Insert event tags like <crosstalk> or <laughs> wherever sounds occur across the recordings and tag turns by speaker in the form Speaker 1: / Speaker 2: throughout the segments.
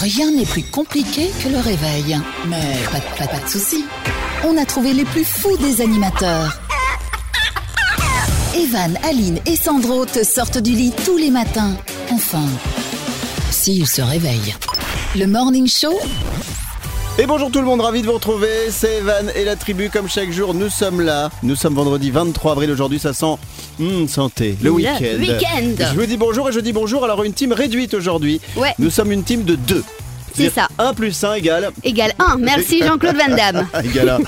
Speaker 1: Rien n'est plus compliqué que le réveil. Mais pas, de- pas, pas de soucis. On a trouvé les plus fous des animateurs. <laughs> Evan, Aline et Sandro te sortent du lit tous les matins. Enfin, s'ils se réveillent. Le morning show
Speaker 2: Et bonjour tout le monde, ravi de vous retrouver, c'est Evan et la tribu comme chaque jour, nous sommes là, nous sommes vendredi 23 avril aujourd'hui, ça sent hmm, santé, le week-end.
Speaker 3: week-end.
Speaker 2: Je vous dis bonjour et je dis bonjour, alors une team réduite aujourd'hui,
Speaker 3: Ouais.
Speaker 2: nous sommes une team de deux.
Speaker 3: C'est ça.
Speaker 2: 1 plus 1 égale,
Speaker 3: Égale 1. Merci Jean-Claude Van
Speaker 2: <laughs>
Speaker 3: Damme.
Speaker 2: ah, égale
Speaker 3: <laughs>
Speaker 2: un.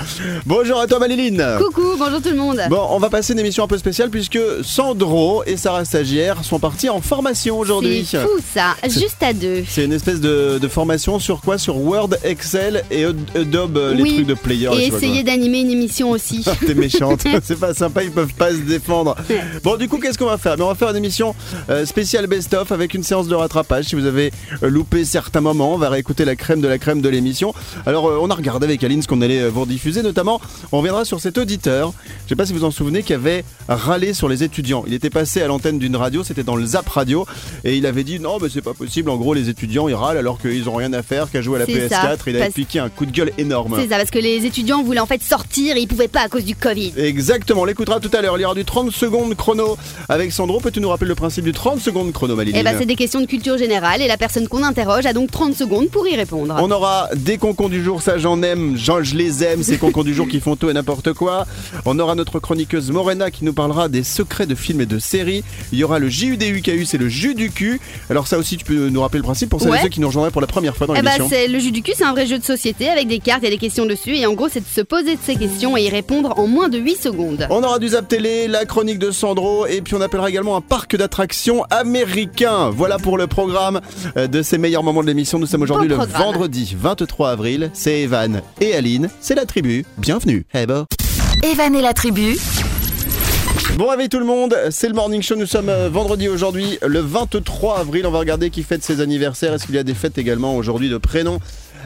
Speaker 2: bonjour à toi Maléline
Speaker 3: Coucou, bonjour tout le monde.
Speaker 2: Bon, on va passer une émission un peu spéciale puisque Sandro et Sarah Stagiaire sont partis en formation aujourd'hui.
Speaker 3: C'est fou ça, juste à deux.
Speaker 2: C'est une espèce de, de formation sur quoi Sur Word, Excel et Ad- Adobe, les
Speaker 3: Oui.
Speaker 2: trucs de player. je
Speaker 3: Et
Speaker 2: sais pas quoi.
Speaker 3: essayer d'animer une émission
Speaker 2: <laughs>
Speaker 3: aussi.
Speaker 2: Ah, T'es
Speaker 3: <laughs>
Speaker 2: méchante, c'est pas sympa, ils peuvent pas se défendre. Bon, du coup, qu'est-ce qu'on va faire Mais On va faire une émission euh, spéciale best-of avec une séance de rattrapage. Si vous avez euh, loupé certains moments, on va réécouter la crème de la crème de l'émission. Alors, euh, on a regardé avec Aline ce qu'on allait euh, vous rediffuser, notamment, on reviendra sur cet auditeur. Je sais pas si vous en souvenez, qui avait râlé sur les étudiants. Il était passé à l'antenne d'une radio, c'était dans le Zap Radio, et il avait dit non, mais c'est pas possible. En gros, les étudiants ils râlent alors qu'ils ont rien à faire, qu'à jouer à la
Speaker 3: C'est
Speaker 2: PS4.
Speaker 3: ça,
Speaker 2: il avait
Speaker 3: parce-
Speaker 2: piqué un coup de gueule énorme.
Speaker 3: C'est ça, parce que les étudiants voulaient en fait sortir et ils pouvaient pas à cause du Covid.
Speaker 2: Exactement, on l'écoutera tout à l'heure. Il y aura du 30 secondes chrono avec Sandro. Peux-tu nous rappeler le principe du 30 secondes chrono, Maline
Speaker 3: Et bah c'est des questions de culture générale et la personne qu'on interroge a donc 30 secondes pour y répondre.
Speaker 2: On aura des concons du jour, ça j'en aime, j'en- je les aime, ces concons du jour qui font tout et n'importe quoi. On aura notre chroniqueuse Morena qui nous parlera des secrets de films et de séries. Il y aura le JUDUKU, c'est le jus du cul. Alors ça aussi, tu peux nous rappeler le principe pour celles
Speaker 3: Ouais.
Speaker 2: et ceux qui nous rejoindraient pour la première fois dans
Speaker 3: Eh bah,
Speaker 2: l'émission.
Speaker 3: c'est le jeu du cul, c'est un vrai jeu de société avec des cartes et des questions dessus et en gros c'est de se poser de ces questions et y répondre en moins de 8 secondes.
Speaker 2: On aura du Zap Télé, la chronique de Sandro, et puis on appellera également un parc d'attractions américain. Voilà pour le programme euh, de ces meilleurs moments de l'émission. Nous sommes aujourd'hui le
Speaker 3: Beau programme.
Speaker 2: vendredi 23 avril. C'est Evan et Aline, c'est la tribu. Bienvenue. Eh ben.
Speaker 1: Evan et la tribu.
Speaker 2: Bon réveil tout le monde, c'est le Morning Show. Nous sommes euh, vendredi aujourd'hui, le 23 avril. On va regarder qui fête ses anniversaires. Est-ce qu'il y a des fêtes également aujourd'hui de prénoms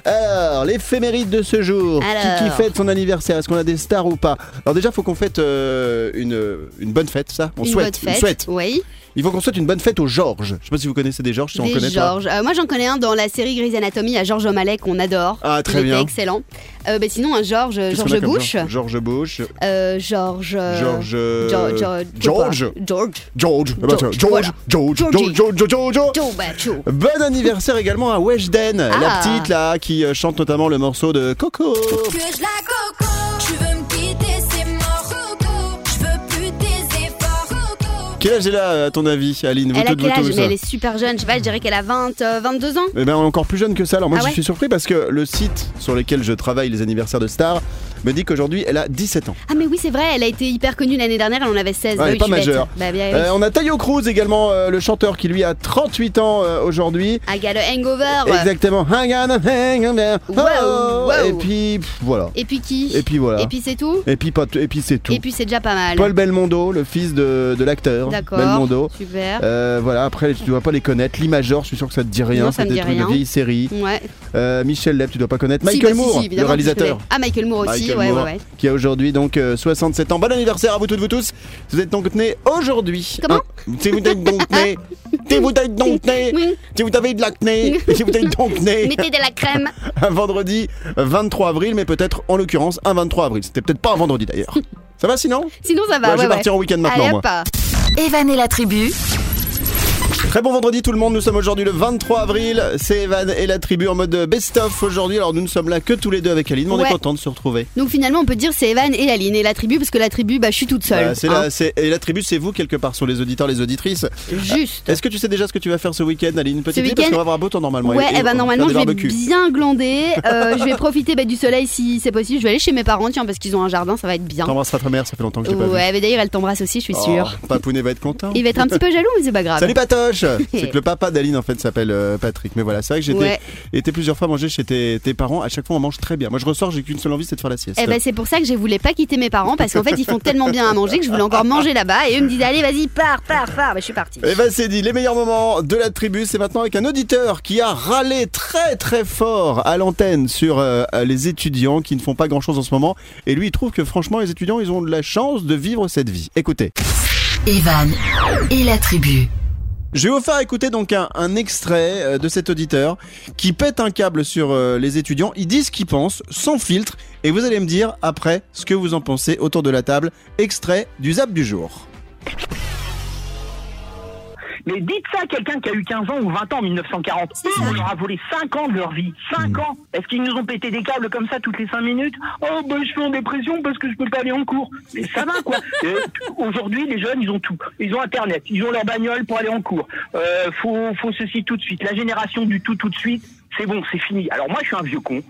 Speaker 2: alors, l'éphéméride de ce jour, Qui- qui,
Speaker 3: Alors.
Speaker 2: fête son anniversaire Est-ce qu'on a des stars ou pas Alors déjà, faut qu'on fête euh, une, une bonne fête, ça On
Speaker 3: Une
Speaker 2: souhaite,
Speaker 3: bonne fête.
Speaker 2: on souhaite.
Speaker 3: Oui.
Speaker 2: Il faut qu'on souhaite une bonne fête aux Georges. Je sais pas si vous connaissez des Georges, si on
Speaker 3: Des
Speaker 2: connaît pas.
Speaker 3: Georges. Euh, moi, j'en connais un dans la série Grey's Anatomy à Georges O'Malley qu'on adore.
Speaker 2: Ah, très
Speaker 3: Il était
Speaker 2: bien.
Speaker 3: excellent. Euh, bah, sinon, un Georges, euh,
Speaker 2: Qu'est-ce qu'on a
Speaker 3: Georges
Speaker 2: comme
Speaker 3: Bush.
Speaker 2: Georges George Bush,
Speaker 3: Euh, Georges. euh,
Speaker 2: George, euh,
Speaker 3: Jo- Jo-
Speaker 2: George.
Speaker 3: George. George.
Speaker 2: George, Ah bah tiens,
Speaker 3: George,
Speaker 2: George,
Speaker 3: voilà.
Speaker 2: George, George,
Speaker 3: Georgie.
Speaker 2: George, George, George.
Speaker 3: Joe Bacho.
Speaker 2: Bon anniversaire également à Weshden, la
Speaker 3: Ah.
Speaker 2: petite là qui euh, chante notamment le morceau de Coco.
Speaker 4: que je la coco. Tu veux me quitter, c'est mort. Coco, je veux plus tes efforts. Coco.
Speaker 2: Quel âge est là à ton avis, Aline Vous
Speaker 3: Elle a
Speaker 2: toutes, vous
Speaker 3: quel âge
Speaker 2: tous
Speaker 3: Mais elle est super jeune. Je sais pas, je dirais qu'elle a 20, euh, 22 ans.
Speaker 2: Eh ben encore plus jeune que ça. Alors moi
Speaker 3: Ah
Speaker 2: je
Speaker 3: ouais
Speaker 2: suis surpris parce que le site sur lequel je travaille les anniversaires de stars me dit qu'aujourd'hui elle a 17 ans.
Speaker 3: Ah, mais oui, c'est vrai, elle a été hyper connue l'année dernière, elle en avait 16.
Speaker 2: Ouais, Ah, elle est
Speaker 3: oui,
Speaker 2: pas
Speaker 3: je suis bête.
Speaker 2: majeure.
Speaker 3: Bah, bien,
Speaker 2: Euh, on a Tayo Cruz également, euh, le chanteur qui lui a 38 ans euh, aujourd'hui.
Speaker 3: oui. I got a
Speaker 2: euh,
Speaker 3: hangover.
Speaker 2: Exactement. Hang on, hang on, hang on.
Speaker 3: Ah
Speaker 2: Oh.
Speaker 3: Wow, wow.
Speaker 2: Et puis pff, voilà.
Speaker 3: Et puis qui
Speaker 2: Et puis voilà.
Speaker 3: Et puis c'est tout
Speaker 2: Et puis, pas t- et puis c'est tout.
Speaker 3: Et puis c'est déjà pas mal.
Speaker 2: Paul Belmondo, le fils de, de l'acteur
Speaker 3: D'accord.
Speaker 2: Belmondo.
Speaker 3: Super.
Speaker 2: Euh, voilà, après tu dois pas les connaître. Lee Major, je suis sûr que ça te dit rien,
Speaker 3: Non, ça
Speaker 2: c'est des
Speaker 3: me dit
Speaker 2: trucs
Speaker 3: rien.
Speaker 2: de vieilles séries.
Speaker 3: Ouais.
Speaker 2: Euh, Michel Leb, tu dois pas connaître.
Speaker 3: Si,
Speaker 2: Michael
Speaker 3: bah, si, si,
Speaker 2: Moore, le
Speaker 3: évidemment,
Speaker 2: réalisateur.
Speaker 3: je connais. Ah, Michael Moore aussi,
Speaker 2: Michael
Speaker 3: ouais,
Speaker 2: Moore,
Speaker 3: ouais, ouais.
Speaker 2: qui a aujourd'hui donc euh, 67 ans. Bon anniversaire à vous toutes, vous tous. Vous êtes donc nés aujourd'hui.
Speaker 3: Comment
Speaker 2: Hein Si vous êtes
Speaker 3: <laughs>
Speaker 2: donc nés, si vous êtes donc nés,
Speaker 3: Oui.
Speaker 2: si vous avez de
Speaker 3: <laughs>
Speaker 2: l'acné, si vous êtes donc nés,
Speaker 3: Mettez de la crème.
Speaker 2: un vendredi 23 avril, mais peut-être en l'occurrence un 23 avril. C'était peut-être pas un vendredi
Speaker 3: <laughs>
Speaker 2: d'ailleurs. Ça va sinon
Speaker 3: Sinon, ça
Speaker 2: Ouais,
Speaker 3: va.
Speaker 2: je vais partir en week-end maintenant, moi.
Speaker 3: Bah Allez, hop.
Speaker 1: Evan et la tribu.
Speaker 2: Très bon vendredi tout le monde, nous sommes aujourd'hui le 23 avril, c'est Evan et la tribu en mode best-of aujourd'hui, alors nous ne sommes là que tous les deux avec Aline, mais on est
Speaker 3: Ouais.
Speaker 2: content de se retrouver.
Speaker 3: Donc finalement, on peut dire c'est Evan et Aline et la tribu, parce que la tribu, bah, je suis toute seule.
Speaker 2: Bah, c'est
Speaker 3: hein.
Speaker 2: la- c'est- et la tribu c'est vous quelque part, sont les auditeurs, les auditrices.
Speaker 3: Juste.
Speaker 2: Est-ce que tu sais déjà ce que tu vas faire ce week-end Aline Petite
Speaker 3: Ce
Speaker 2: idée, parce
Speaker 3: week-end
Speaker 2: qu'on va avoir beau temps normalement.
Speaker 3: Ouais,
Speaker 2: Et- et on
Speaker 3: eh ben
Speaker 2: va
Speaker 3: normalement
Speaker 2: faire des
Speaker 3: je vais
Speaker 2: barbecues.
Speaker 3: bien
Speaker 2: <laughs>
Speaker 3: glander, euh, je vais profiter bah, du soleil si c'est possible, je vais aller chez mes parents tiens parce qu'ils ont un jardin, ça va être bien.
Speaker 2: T'embrasseras ta mère, ça fait longtemps que je l'ai pas vu.
Speaker 3: Ouais, mais d'ailleurs elle t'embrasse aussi, je suis sûre.
Speaker 2: Oh, Papounet va être content.
Speaker 3: Il va être un petit peu jaloux mais c'est pas grave.
Speaker 2: Salut
Speaker 3: <laughs>
Speaker 2: Patoche C'est que le papa d'Aline en fait s'appelle euh, Patrick. Mais voilà, c'est vrai que j'ai été-
Speaker 3: Ouais.
Speaker 2: été plusieurs fois manger chez tes, tes parents. À chaque fois on mange très bien. Moi je ressors, j'ai qu'une seule envie, c'est de faire la sieste.
Speaker 3: Eh ben c'est pour ça que je voulais pas quitter mes parents parce qu'en fait ils font tellement bien à manger que je voulais encore manger là-bas et eux me disaient allez vas-y pars pars pars, bah, je suis partie.
Speaker 2: Et ben c'est dit, les meilleurs moments de la tribu, c'est maintenant avec un auditeur qui a râlé très très fort à l'antenne sur euh, les étudiants qui ne font pas grand chose en ce moment. Et lui, il trouve que franchement, les étudiants, ils ont de la chance de vivre cette vie. Écoutez.
Speaker 1: Evan et la tribu.
Speaker 2: Je vais vous faire écouter donc un, un extrait euh, de cet auditeur qui pète un câble sur euh, les étudiants. Il dit ce qu'il pense, sans filtre, et vous allez me dire après ce que vous en pensez autour de la table. Extrait du Zap du jour.
Speaker 5: Mais dites ça à quelqu'un qui a eu 15 ans ou 20 ans en 1940. Eux, on leur a volé 5 ans de leur vie. 5 ans Est-ce qu'ils nous ont pété des câbles comme ça toutes les 5 minutes Oh, ben je suis en dépression parce que je peux pas aller en cours. Mais ça va, quoi. Euh, Aujourd'hui, les jeunes, ils ont tout. Ils ont Internet, ils ont leur bagnole pour aller en cours. Euh, faut, faut ceci tout de suite. La génération du tout tout de suite, c'est bon, c'est fini. Alors moi, je suis un vieux con.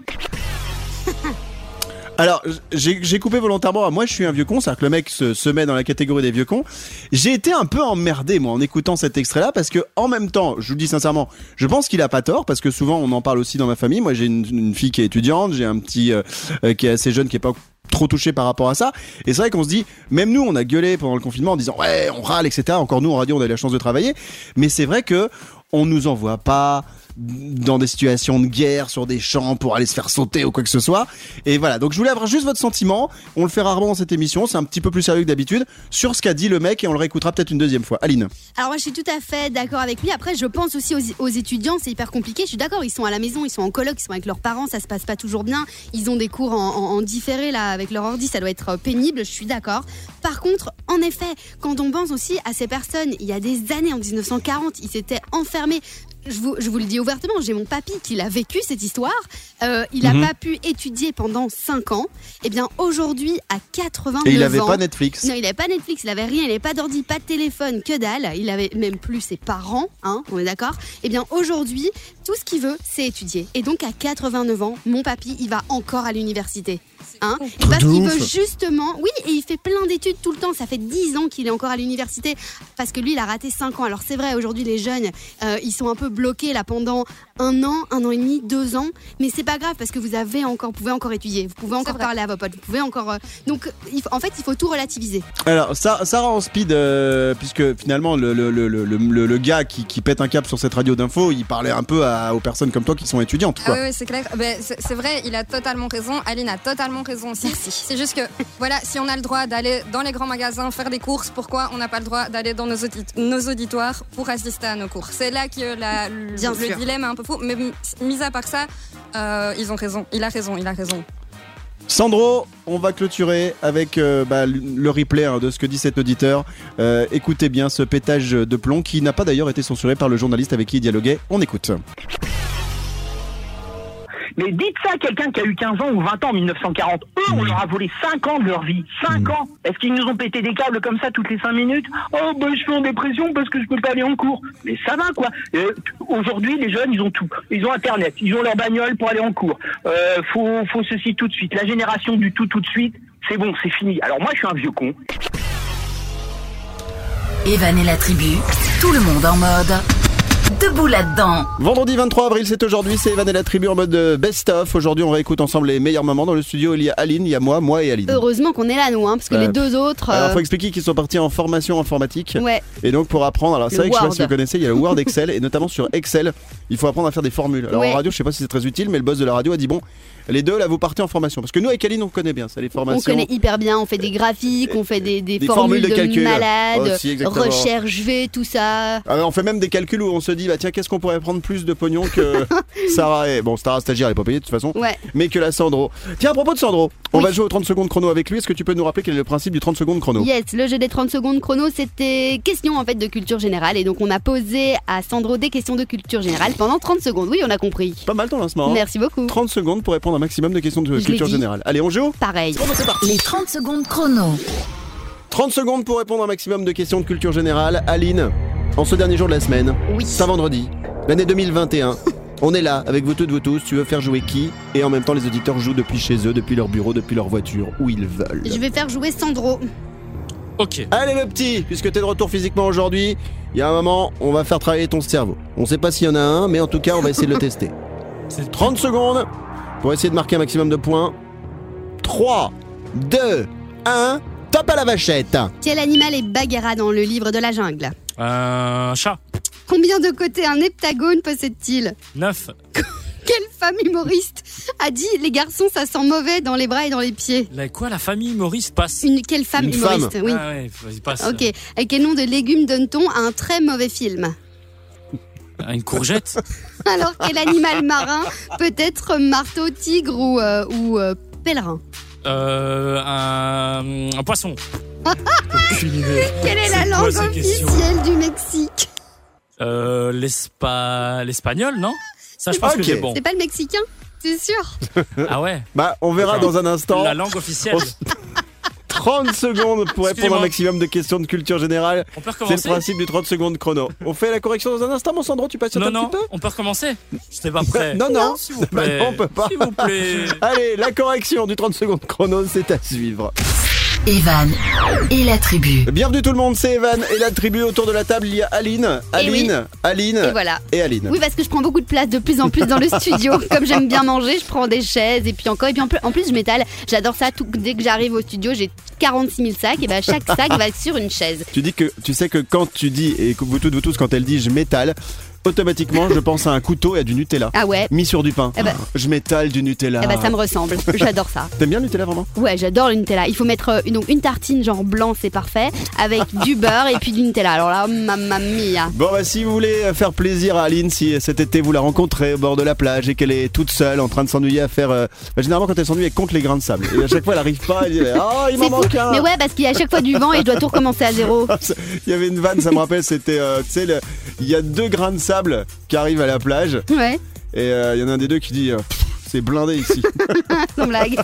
Speaker 2: Alors, j'ai j'ai coupé volontairement à moi, je suis un vieux con, c'est-à-dire que le mec se, se met dans la catégorie des vieux cons. J'ai été un peu emmerdé, moi, en écoutant cet extrait-là, parce que, en même temps, je vous le dis sincèrement, je pense qu'il a pas tort, parce que souvent, on en parle aussi dans ma famille. Moi, j'ai une, une fille qui est étudiante, j'ai un petit euh, euh, qui est assez jeune, qui est pas trop touché par rapport à ça. Et c'est vrai qu'on se dit, même nous, on a gueulé pendant le confinement en disant, ouais, on râle, etc. Encore nous, en radio, on a eu la chance de travailler. Mais c'est vrai que, on nous envoie pas dans des situations de guerre sur des champs pour aller se faire sauter ou quoi que ce soit. Et voilà, donc je voulais avoir juste votre sentiment. On le fait rarement dans cette émission, c'est un petit peu plus sérieux que d'habitude, sur ce qu'a dit le mec et on le réécoutera peut-être une deuxième fois. Aline.
Speaker 3: Alors moi je suis tout à fait d'accord avec lui. Après je pense aussi aux, aux étudiants, c'est hyper compliqué. Je suis d'accord, ils sont à la maison, ils sont en coloc, ils sont avec leurs parents, ça se passe pas toujours bien. Ils ont des cours en, en- en différé là avec leur ordi, ça doit être euh, pénible, je suis d'accord. Par contre, en effet, quand on pense aussi à ces personnes, il y a des années, en 1940, ils s'étaient enfermés. Je vous, je vous le dis ouvertement, j'ai mon papy qui l'a vécu cette histoire. Euh, il n'a
Speaker 2: Mhm.
Speaker 3: pas pu étudier pendant 5 ans. Eh bien aujourd'hui, à 82
Speaker 2: Et il avait
Speaker 3: ans,
Speaker 2: pas Netflix.
Speaker 3: non, il n'avait pas Netflix, il avait rien, il n'avait pas d'ordi, pas de téléphone, que dalle. Il avait même plus ses parents, hein, on est d'accord Eh bien, aujourd'hui, tout ce qu'il veut, c'est étudier. Et donc, à 89 ans, mon papy, il va encore à l'université. Hein parce
Speaker 2: De
Speaker 3: qu'il
Speaker 2: ouf.
Speaker 3: veut justement, oui, et il fait plein d'études tout le temps. Ça fait 10 ans qu'il est encore à l'université parce que lui, il a raté 5 ans. Alors c'est vrai, aujourd'hui, les jeunes, euh, ils sont un peu bloqués là pendant un an, un an et demi, deux ans. Mais c'est pas grave parce que vous avez encore, vous pouvez encore étudier, vous pouvez encore parler à vos potes, vous pouvez encore. euh, donc, il faut- en fait, il faut tout relativiser.
Speaker 2: Alors, Sa- Sarah en speed, euh, puisque finalement, le, le, le, le, le- le gars qui, qui pète un cap sur cette radio d'info, il parlait un peu à- aux personnes comme toi qui sont étudiantes,
Speaker 6: Ah
Speaker 2: quoi.
Speaker 6: oui, oui, c'est clair. Ben, c'est c'est vrai, il a totalement raison. Aline a totalement raison aussi. <laughs> C'est juste que, voilà, si on a le droit d'aller dans les grands magasins faire des courses, pourquoi on n'a pas le droit d'aller dans nos, audi- nos auditoires pour assister à nos cours C'est là que la- le,
Speaker 3: Bien
Speaker 6: le
Speaker 3: sûr.
Speaker 6: dilemme est un peu fou. Mais m- mis à part ça, euh, ils ont raison. Il a raison, il a raison.
Speaker 2: Sandro, on va clôturer avec euh, bah, le replay hein, de ce que dit cet auditeur. Euh, écoutez bien ce pétage de plomb qui n'a pas d'ailleurs été censuré par le journaliste avec qui il dialoguait. On écoute.
Speaker 5: Mais dites ça à quelqu'un qui a eu 15 ans ou 20 ans en 1940. Eux, on leur a volé 5 ans de leur vie. 5 ans Est-ce qu'ils nous ont pété des câbles comme ça toutes les 5 minutes Oh, ben je suis en dépression parce que je peux pas aller en cours. Mais ça va, quoi. Euh, Aujourd'hui, les jeunes, ils ont tout. Ils ont Internet, ils ont leur bagnole pour aller en cours. Euh, faut, faut ceci tout de suite. La génération du tout tout de suite, c'est bon, c'est fini. Alors moi, je suis un vieux con.
Speaker 1: Evan et la tribu, tout le monde en mode. Debout là-dedans.
Speaker 2: Vendredi 23 avril, c'est aujourd'hui, c'est Evan et la tribu en mode euh, best-of. Aujourd'hui, on réécoute ensemble les meilleurs moments. Dans le studio, il y a Aline, il y a moi, moi et Aline.
Speaker 3: Heureusement qu'on est là, nous, hein, parce que
Speaker 2: Ouais.
Speaker 3: les deux autres.
Speaker 2: Alors,
Speaker 3: euh,
Speaker 2: faut expliquer qu'ils sont partis en formation informatique.
Speaker 3: ouais.
Speaker 2: Et donc, pour apprendre, alors c'est
Speaker 3: Le
Speaker 2: vrai que je sais pas
Speaker 3: Word.
Speaker 2: si vous connaissez, il y a le Word Excel, et notamment sur Excel, il faut apprendre à faire des formules. Alors,
Speaker 3: Ouais.
Speaker 2: en radio, je sais pas si c'est très utile, mais le boss de la radio a dit bon, les deux, là, vous partez en formation. Parce que nous, avec Aline, on connaît bien ça, les
Speaker 3: On
Speaker 2: formations.
Speaker 3: connaît hyper bien, on fait des graphiques, on fait des, des
Speaker 2: Des formules
Speaker 3: formules,
Speaker 2: de calcul.
Speaker 3: malades,
Speaker 2: Aussi, exactement.
Speaker 3: recherche V, tout ça.
Speaker 2: Ah, on fait même des calculs où on se dit bah tiens qu'est-ce qu'on pourrait prendre plus de pognon
Speaker 3: <laughs>
Speaker 2: que Sarah et bon Sarah stagiaire elle est pas payée de toute façon
Speaker 3: Ouais.
Speaker 2: mais que la Sandro. Tiens à propos de Sandro, on
Speaker 3: Oui.
Speaker 2: va jouer aux 30 secondes chrono avec lui. Est-ce que tu peux nous rappeler quel est le principe du 30 secondes chrono
Speaker 3: Yes, le jeu des 30 secondes chrono, c'était question en fait de culture générale. Et donc, on a posé à Sandro des questions de culture générale pendant 30 secondes. Oui, on a compris.
Speaker 2: Pas mal ton lancement. hein.
Speaker 3: Merci beaucoup.
Speaker 2: 30 secondes pour répondre à un maximum de questions de
Speaker 3: l'ai
Speaker 2: culture
Speaker 3: dit.
Speaker 2: générale. Allez on joue
Speaker 3: Pareil.
Speaker 2: Bon bah, c'est parti.
Speaker 1: Les 30 secondes chrono.
Speaker 2: 30 secondes pour répondre à un maximum de questions de culture générale. Aline, en ce dernier jour de la semaine,
Speaker 3: Oui.
Speaker 2: c'est un vendredi, l'année 2021. On est là avec vous toutes, vous tous. Tu veux faire jouer qui Et en même temps, les auditeurs jouent depuis chez eux, depuis leur bureau, depuis leur voiture, où ils veulent.
Speaker 3: Je vais faire jouer Sandro.
Speaker 7: Ok.
Speaker 2: Allez le petit, puisque t'es de retour physiquement aujourd'hui, il y a un moment, on va faire travailler ton cerveau. On sait pas s'il y en a un, mais en tout cas, on va essayer de le tester.
Speaker 7: C'est
Speaker 2: 30 secondes pour essayer de marquer un maximum de points. 3, 2, 1, top à la vachette
Speaker 3: Quel animal est Bagheera dans le livre de la jungle
Speaker 7: Un Euh, chat.
Speaker 3: Combien de côtés un heptagone possède-t-il
Speaker 7: 9.
Speaker 3: Quelle femme humoriste a dit Les garçons, ça sent mauvais dans les bras et dans les pieds
Speaker 7: La quoi La famille Maurice passe.
Speaker 3: Une quelle femme
Speaker 2: Une
Speaker 3: humoriste, oui.
Speaker 7: Ah ouais, vas-y, passe.
Speaker 3: Ok. Et quel nom de légumes donne-t-on à un très mauvais film
Speaker 7: à une
Speaker 3: <laughs>
Speaker 7: courgette.
Speaker 3: Alors quel animal marin Peut-être marteau, tigre ou, euh, ou euh, pèlerin.
Speaker 7: Euh, un, un poisson. Aucune idée.
Speaker 3: Quelle est la
Speaker 7: C'est quoi
Speaker 3: langue
Speaker 7: ces questions
Speaker 3: officielle du Mexique
Speaker 7: Euh, l'espa- L'espagnol, non Ça, je pense
Speaker 2: Ok.
Speaker 7: que j'ai bon.
Speaker 3: C'est pas le mexicain c'est sûr.
Speaker 7: Ah ouais
Speaker 2: Bah, on verra dans un instant.
Speaker 7: La langue officielle.
Speaker 2: On- 30 secondes pour répondre à un
Speaker 7: Excusez-moi.
Speaker 2: maximum de questions de culture générale.
Speaker 7: On peut
Speaker 2: C'est le
Speaker 7: recommencer
Speaker 2: principe du 30 secondes chrono. On fait la correction dans un instant, mon Sandro, tu patientes
Speaker 7: Non,
Speaker 2: un
Speaker 7: non,
Speaker 2: petit peu
Speaker 7: on peut recommencer J'étais pas prêt.
Speaker 2: Non, non,
Speaker 7: S'il vous
Speaker 2: Bah
Speaker 7: plaît.
Speaker 2: non, on peut pas.
Speaker 7: S'il vous plaît.
Speaker 2: <laughs> Allez, la correction du 30 secondes chrono, c'est à suivre.
Speaker 1: Evan et la tribu.
Speaker 2: Bienvenue tout le monde, c'est Evan et la tribu autour de la table, il y a Aline, Aline,
Speaker 3: Eh oui.
Speaker 2: Aline
Speaker 3: Et voilà.
Speaker 2: et Aline.
Speaker 3: Oui, parce que je prends beaucoup de place de plus en plus dans le studio.
Speaker 7: <laughs>
Speaker 3: Comme j'aime bien manger, je prends des chaises et puis encore. Et puis en plus, en plus, je m'étale. J'adore ça. Tout, dès que j'arrive au studio, j'ai 46 000 sacs. Et ben chaque sac va être sur une chaise.
Speaker 2: Tu dis que tu sais que quand tu dis et que vous toutes vous tous quand elle dit je m'étale, automatiquement je pense à un couteau et à du Nutella
Speaker 3: Ah ouais
Speaker 2: mis sur du pain.
Speaker 3: Eh ben-
Speaker 2: je m'étale du Nutella.
Speaker 3: Eh ben, ça me ressemble. J'adore ça.
Speaker 2: T'aimes bien le Nutella vraiment
Speaker 3: Ouais, j'adore le Nutella. Il faut mettre euh, une- donc une tartine genre blanc, c'est parfait, avec du beurre et puis du Nutella. Alors là, mamma mia.
Speaker 2: Bon bah si vous voulez faire plaisir à Aline, si cet été vous la rencontrez au bord de la plage et qu'elle est toute seule en train de s'ennuyer à faire... euh, bah, généralement quand elle s'ennuie elle compte les grains de sable. Et à chaque fois elle arrive pas, elle dit Ah il m'en
Speaker 3: C'est fou.
Speaker 2: manque un
Speaker 3: Mais ouais, parce qu'il y a à chaque fois du vent et je dois tout recommencer à zéro.
Speaker 2: <laughs> Il y avait une vanne, ça me rappelle, c'était... euh, tu sais, le- il y a deux grains de sable qui arrivent à la plage
Speaker 3: Ouais,
Speaker 2: et euh, il y en a un des deux qui dit... euh, Pff, c'est blindé ici. <laughs>
Speaker 3: sans blague.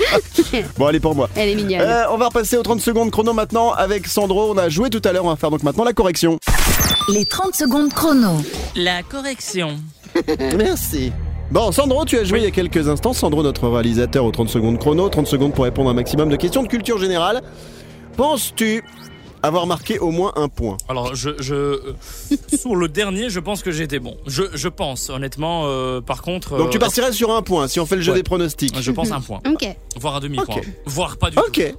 Speaker 2: Bon, allez pour moi.
Speaker 3: Elle est mignonne.
Speaker 2: Euh, on va repasser aux 30 secondes chrono maintenant avec Sandro. On a joué tout à l'heure, on va faire donc maintenant la correction.
Speaker 1: Les 30 secondes chrono.
Speaker 7: La correction.
Speaker 2: Merci. Bon, Sandro, tu as joué il y a quelques instants. Sandro, notre réalisateur aux 30 secondes chrono. 30 secondes pour répondre à un maximum de questions de culture générale. Penses-tu avoir marqué au moins un point
Speaker 7: Alors, je, je, euh, sur le dernier, je pense que j'étais bon. Je, je pense, honnêtement. euh, par contre,
Speaker 2: Donc
Speaker 7: euh,
Speaker 2: tu partirais sur un point si on fait le jeu
Speaker 7: Ouais.
Speaker 2: des pronostics.
Speaker 7: je pense un point,
Speaker 3: Ok.
Speaker 7: voire un demi-point,
Speaker 2: Ok.
Speaker 7: voire pas du tout.
Speaker 2: <laughs> Ok,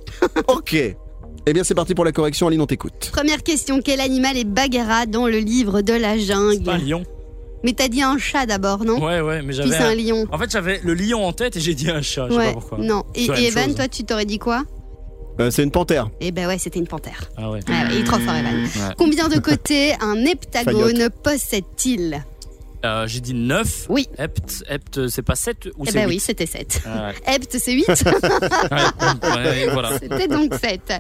Speaker 2: ok. Eh bien, c'est parti pour la correction. Aline, on t'écoute.
Speaker 3: Première question quel animal est Bagheera dans le livre de la jungle
Speaker 7: Pas un lion.
Speaker 3: Mais t'as dit un chat d'abord, non
Speaker 7: Ouais, ouais, mais
Speaker 3: Puis
Speaker 7: j'avais.
Speaker 3: c'est un
Speaker 7: un-
Speaker 3: lion.
Speaker 7: En fait, j'avais le lion en tête et j'ai dit un chat. Je sais
Speaker 3: ouais.
Speaker 7: pas pourquoi.
Speaker 3: Non. Et,
Speaker 7: C'est la
Speaker 3: et
Speaker 7: même
Speaker 3: Evan,
Speaker 7: chose.
Speaker 3: toi, tu t'aurais dit quoi
Speaker 2: Euh, c'est une panthère.
Speaker 3: Eh ben ouais, c'était une panthère.
Speaker 7: Ah ouais.
Speaker 3: Ouais, ouais, il est trop fort, Evan.
Speaker 7: Ouais.
Speaker 3: Combien de côtés un heptagone possède-t-il
Speaker 7: Euh, j'ai dit 9.
Speaker 3: Oui.
Speaker 7: Hept, hept, c'est pas 7 ou
Speaker 3: Eh
Speaker 7: c'est
Speaker 3: ben oui,
Speaker 7: huit
Speaker 3: c'était 7.
Speaker 7: Ah ouais.
Speaker 3: Hept, c'est
Speaker 7: <laughs>
Speaker 3: 8
Speaker 7: Ouais, ouais, voilà.
Speaker 3: C'était donc cette.